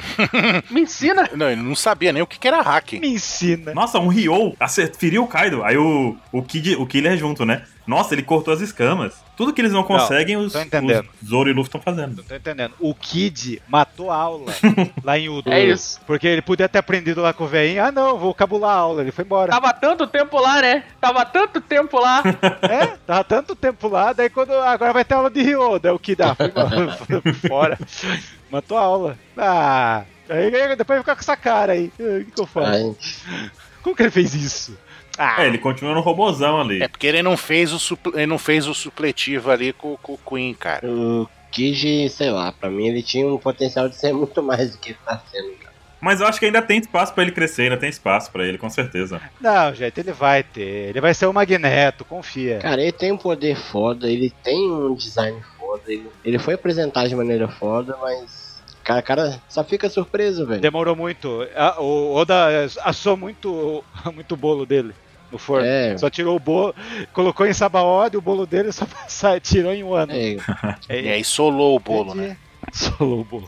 Speaker 2: Me ensina!
Speaker 1: Não, ele não sabia nem o que, que era hack.
Speaker 5: Me ensina.
Speaker 3: Nossa, um Ryo acert- feriu o Kaido. Aí o, o Kid, o Killer junto, né? Nossa, ele cortou as escamas. Tudo que eles não conseguem, os,
Speaker 5: tô entendendo.
Speaker 3: os Zoro e Luffy estão fazendo.
Speaker 5: Não tô entendendo. O Kid matou a aula lá em Udo.
Speaker 2: É isso.
Speaker 5: Porque ele podia ter aprendido lá com o veinho. Ah, não, vou cabular a aula. Ele foi embora.
Speaker 2: Tava tanto tempo lá, né? Tava tanto tempo lá.
Speaker 5: É, tava tanto tempo lá. Daí quando. Agora vai ter aula de Rio. Daí o Kid, ah, foi embora. Foi fora. Matou a aula. Ah. Aí aí depois vai ficar com essa cara aí. Ah, O que, que eu faço?
Speaker 4: Ai,
Speaker 5: Como que ele fez isso? Ah,
Speaker 3: Ah. É, ele continua no robozão ali.
Speaker 1: É porque ele não fez o, supl- ele não fez o supletivo ali com, com o Queen, cara.
Speaker 4: o Kiji, sei lá, pra mim ele tinha um potencial de ser muito mais do que ele tá sendo. cara.
Speaker 3: Mas eu acho que ainda tem espaço pra ele crescer, ainda tem espaço pra ele, com certeza.
Speaker 5: Não, gente, ele vai ter. Ele vai ser o Magneto, confia.
Speaker 4: Cara, ele tem um poder foda, ele tem um design foda, Ele, ele foi apresentado de maneira foda, mas. Cara, cara só fica surpreso, velho.
Speaker 5: Demorou muito. A- O Oda assou muito, muito o bolo dele no forno.
Speaker 4: É.
Speaker 5: Só tirou o bolo, colocou em sabaody o bolo dele só sa- tirou em um ano.
Speaker 4: É,
Speaker 1: E aí solou o bolo, né?
Speaker 5: Solou o bolo.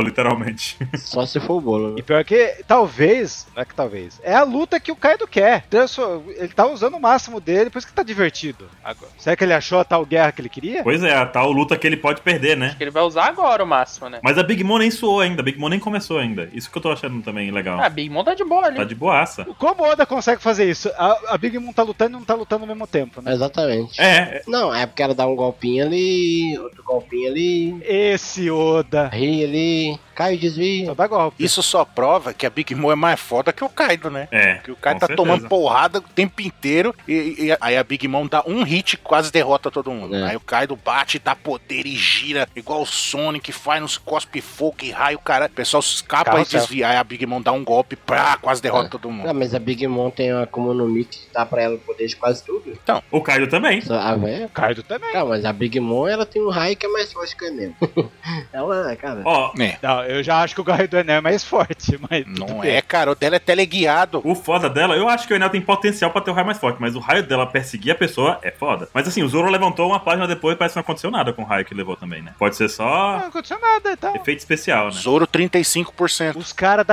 Speaker 3: literalmente.
Speaker 4: só se for o bolo.
Speaker 5: E
Speaker 4: né?
Speaker 5: pior que, talvez, não é que talvez, é a luta que o Kaido quer. Transfo- Ele tá usando o máximo dele, por isso que tá divertido. Agora, será que ele achou a tal guerra que ele queria?
Speaker 3: Pois é, a tal luta que ele pode perder, né?
Speaker 2: Acho que ele vai usar agora o máximo, né?
Speaker 3: Mas a Big Mom nem suou ainda, a Big Mom nem começou ainda. Isso que eu tô achando também legal.
Speaker 2: Ah, Big Mom tá de boa ali.
Speaker 3: Tá de boaça.
Speaker 5: Como o Oda consegue fazer isso? A, a Big Mom tá lutando e não tá lutando ao mesmo tempo, né?
Speaker 4: Exatamente.
Speaker 3: É, é,
Speaker 4: Não, é porque ela dá um golpinho ali, outro golpinho ali,
Speaker 1: É.
Speaker 5: Esse Oda.
Speaker 4: ri ali, cai e desvia.
Speaker 5: Só dá golpe.
Speaker 1: Isso só prova que a Big Mom é mais foda que o Kaido, né?
Speaker 3: é.
Speaker 1: Que o Kaido tá
Speaker 3: com certeza.
Speaker 1: tomando porrada o tempo inteiro e, e aí a Big Mom dá um hit e quase derrota todo mundo.
Speaker 4: É.
Speaker 1: Aí o Kaido bate, dá poder e gira, igual o Sonic, faz nos cospe fogo e raio, cara. O pessoal escapa
Speaker 5: Carro
Speaker 1: e desvia. Aí a Big Mom dá um golpe, pra quase derrota
Speaker 4: É.
Speaker 1: todo mundo.
Speaker 4: Ah, mas a Big Mom tem uma Akuma no Mi que dá pra ela o poder de quase tudo.
Speaker 3: O Kaido também.
Speaker 4: Só A véia.
Speaker 5: O Kaido também.
Speaker 4: Cara, mas a Big Mom ela tem um raio que é mais forte que o Enem. ela, ah, cara.
Speaker 3: Ó,
Speaker 5: Não, eu já acho que o Kaido Enel é mais forte, mas. tudo
Speaker 1: É, Não
Speaker 5: bem.
Speaker 1: é, cara, o dela é teleguiado.
Speaker 3: o foda dela, eu acho que o Enel tem potencial pra ter o raio mais forte, mas o raio dela perseguir a pessoa é foda. Mas assim, o Zoro levantou uma página depois e parece que não aconteceu nada com o raio que levou também, né? Pode ser
Speaker 5: Não
Speaker 3: só
Speaker 5: aconteceu nada e tal.
Speaker 3: efeito especial, né?
Speaker 1: Zoro 35%.
Speaker 5: Os caras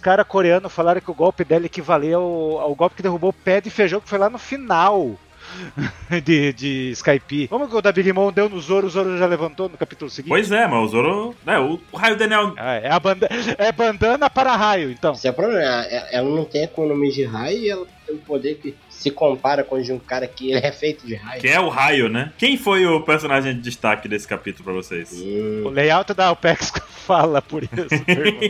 Speaker 5: cara coreanos falaram que o golpe dela equivalia ao, ao golpe que derrubou o pé de feijão que foi lá no final de, de Skype. Como que o da Big Mom deu no Zoro, o Zoro já levantou no capítulo seguinte?
Speaker 3: Pois é, mas o Zoro. É, o, o raio do Enel.
Speaker 5: Ah, é, a banda- é bandana para raio, então.
Speaker 4: Esse é o problema. Ela ela não tem economia de raio e ela tem um poder que se compara com o de um cara que ele é feito de raio.
Speaker 3: Que é o raio, né? Quem foi o personagem de destaque desse capítulo pra vocês?
Speaker 5: O
Speaker 4: Hum,
Speaker 5: layout da OPEX fala por isso. meu irmão.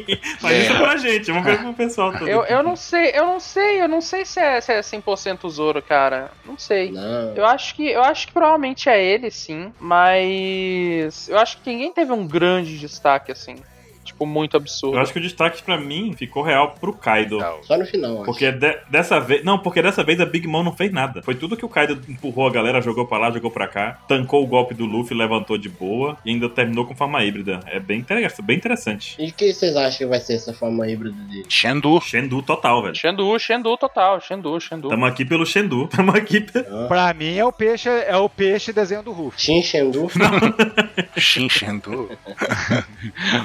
Speaker 3: Mas isso é pra gente, vamos ver com o pessoal todo.
Speaker 2: Eu, eu não sei, eu não sei, eu não sei se é, se é 100% Zoro, cara. Não sei.
Speaker 4: não.
Speaker 2: Eu acho que eu acho que provavelmente é ele, sim, mas eu acho que ninguém teve um grande destaque assim, tipo muito
Speaker 3: Eu
Speaker 2: absurdo.
Speaker 3: acho que o destaque pra mim ficou real pro Kaido.
Speaker 4: Só no final, acho.
Speaker 3: Porque de- dessa vez. Não, porque dessa vez a Big Mom não fez nada. Foi tudo que o Kaido empurrou a galera, jogou pra lá, jogou pra cá, tancou o golpe do Luffy, levantou de boa e ainda terminou com forma híbrida. É bem, inter- bem interessante.
Speaker 4: E o que vocês acham que vai ser essa forma híbrida dele?
Speaker 1: Xandu.
Speaker 3: Shendu total, velho.
Speaker 2: Xandu, Xandu total, Xandu, Xandu.
Speaker 3: Tamo aqui pelo Shendu. Tamo aqui. pe-
Speaker 5: pra mim é o peixe, é o peixe desenho do Ruff.
Speaker 4: Shin Shendu?
Speaker 1: Shin Xandu.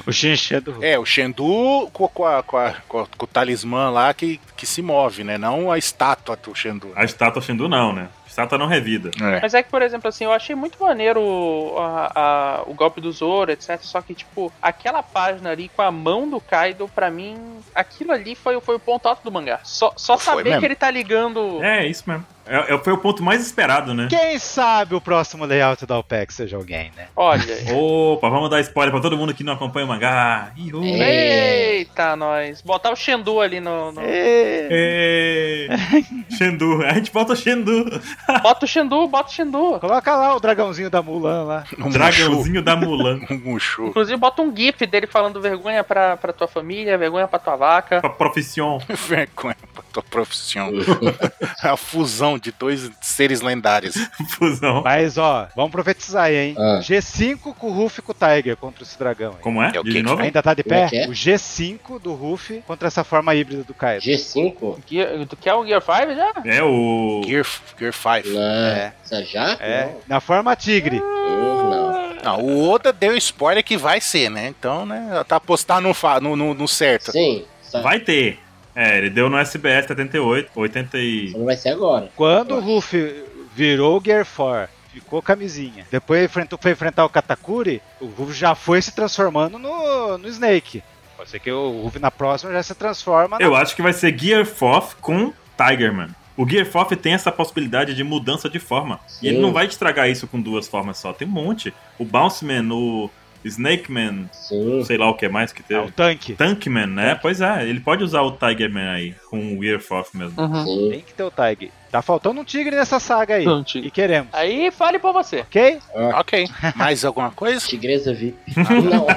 Speaker 5: O xinxê do Ruff.
Speaker 1: É, o Xandu com, com a- com a- com a- com o talismã lá que, que se move, né? Não a estátua do Xandu.
Speaker 3: A estátua Shendu não, né? A estátua não revida.
Speaker 1: É.
Speaker 2: Mas é que, por exemplo, assim, eu achei muito maneiro o- a- a- o golpe do Zoro, etc. Só que, tipo, aquela página ali com a mão do Kaido, pra mim, aquilo ali foi, foi o ponto alto do mangá. Só, só
Speaker 1: Foi
Speaker 2: saber
Speaker 1: mesmo.
Speaker 2: que ele tá ligando.
Speaker 3: É, isso mesmo. É, é- foi o ponto mais esperado, né?
Speaker 5: Quem sabe o próximo layout da OPEX seja alguém, né?
Speaker 2: Olha.
Speaker 3: Opa, vamos dar spoiler pra todo mundo que não acompanha o mangá. Ihu.
Speaker 4: É.
Speaker 2: Eita, nós. Botar o Xandu ali no. no-
Speaker 3: Ê. É. Shendu. A gente bota o Shendu.
Speaker 2: Bota o Xandu, bota o Xandu.
Speaker 5: Coloca lá o dragãozinho da Mulan lá.
Speaker 1: Um Mushu.
Speaker 3: Dragãozinho da Mulan.
Speaker 1: Um Mushu.
Speaker 2: Inclusive, bota um GIF dele falando vergonha pra, pra tua família, vergonha pra tua vaca.
Speaker 3: Pra profissão.
Speaker 1: Vergonha pra tua profissão. a fusão de dois seres lendários.
Speaker 3: Fusão.
Speaker 5: Mas ó, vamos profetizar aí, hein?
Speaker 4: Ah.
Speaker 5: G5 com o Ruff e com o Tiger contra esse dragão. Aí.
Speaker 3: Como é?
Speaker 1: É o
Speaker 3: Diz
Speaker 1: que
Speaker 3: de
Speaker 1: que
Speaker 3: novo?
Speaker 5: Ainda tá de
Speaker 4: Como é
Speaker 5: pé?
Speaker 4: que é?
Speaker 5: O G5 do Ruff contra essa forma híbrida do Kaido.
Speaker 4: G5?
Speaker 2: Gear- Tu quer o Gear 5 já?
Speaker 3: É o.
Speaker 1: Gear, Gear 5.
Speaker 4: Não.
Speaker 5: É.
Speaker 4: Essa já?
Speaker 5: É, na forma tigre.
Speaker 4: Não. não.
Speaker 1: Não, o Oda deu spoiler que vai ser, né? Então, né? Tá apostando no, fa- no, no, no certo.
Speaker 4: Sim. Só,
Speaker 3: Vai ter. É, ele deu no SBS 78, 80 e...
Speaker 4: só não vai ser agora.
Speaker 5: Quando o Ruff virou o Gear 4, ficou camisinha. Depois enfrentou, foi enfrentar o Katakuri, o Ruff já foi se transformando no, no Snake. Pode ser que o Ruff na próxima já se transforma na
Speaker 3: Eu acho que vai ser Gear Fourth com Tiger, mano. O Gear Fourth tem essa possibilidade de mudança de forma. E ele
Speaker 4: Sim.
Speaker 3: não vai estragar isso com duas formas só. Tem um monte. O Bounce Man, o Snake Man,
Speaker 4: Sim.
Speaker 3: sei lá o que mais que
Speaker 5: ah, o
Speaker 3: teve.
Speaker 5: tanque.
Speaker 3: Tank Man, né? Pois é, ele pode usar o Tiger Man aí, com o Gear Fourth mesmo.
Speaker 2: Uhum.
Speaker 4: Sim.
Speaker 5: Tem que ter o Tiger. Tá faltando um tigre nessa saga aí. E queremos.
Speaker 2: Aí fale por você.
Speaker 5: Ok?
Speaker 1: Ok. Mais alguma coisa?
Speaker 4: Tigresa VIP. Não.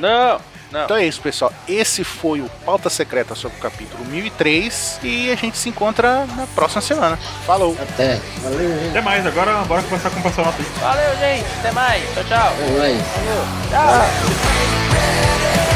Speaker 2: Não, Não.
Speaker 1: Então é isso, pessoal. Esse foi o Pauta Secreta sobre o capítulo 1003 e a gente se encontra na próxima semana. Falou!
Speaker 4: Até. Valeu, gente.
Speaker 3: Até mais, agora bora conversar com o pessoal
Speaker 6: Valeu, gente. Até mais. Tchau, tchau.
Speaker 4: Valeu.
Speaker 6: Tchau.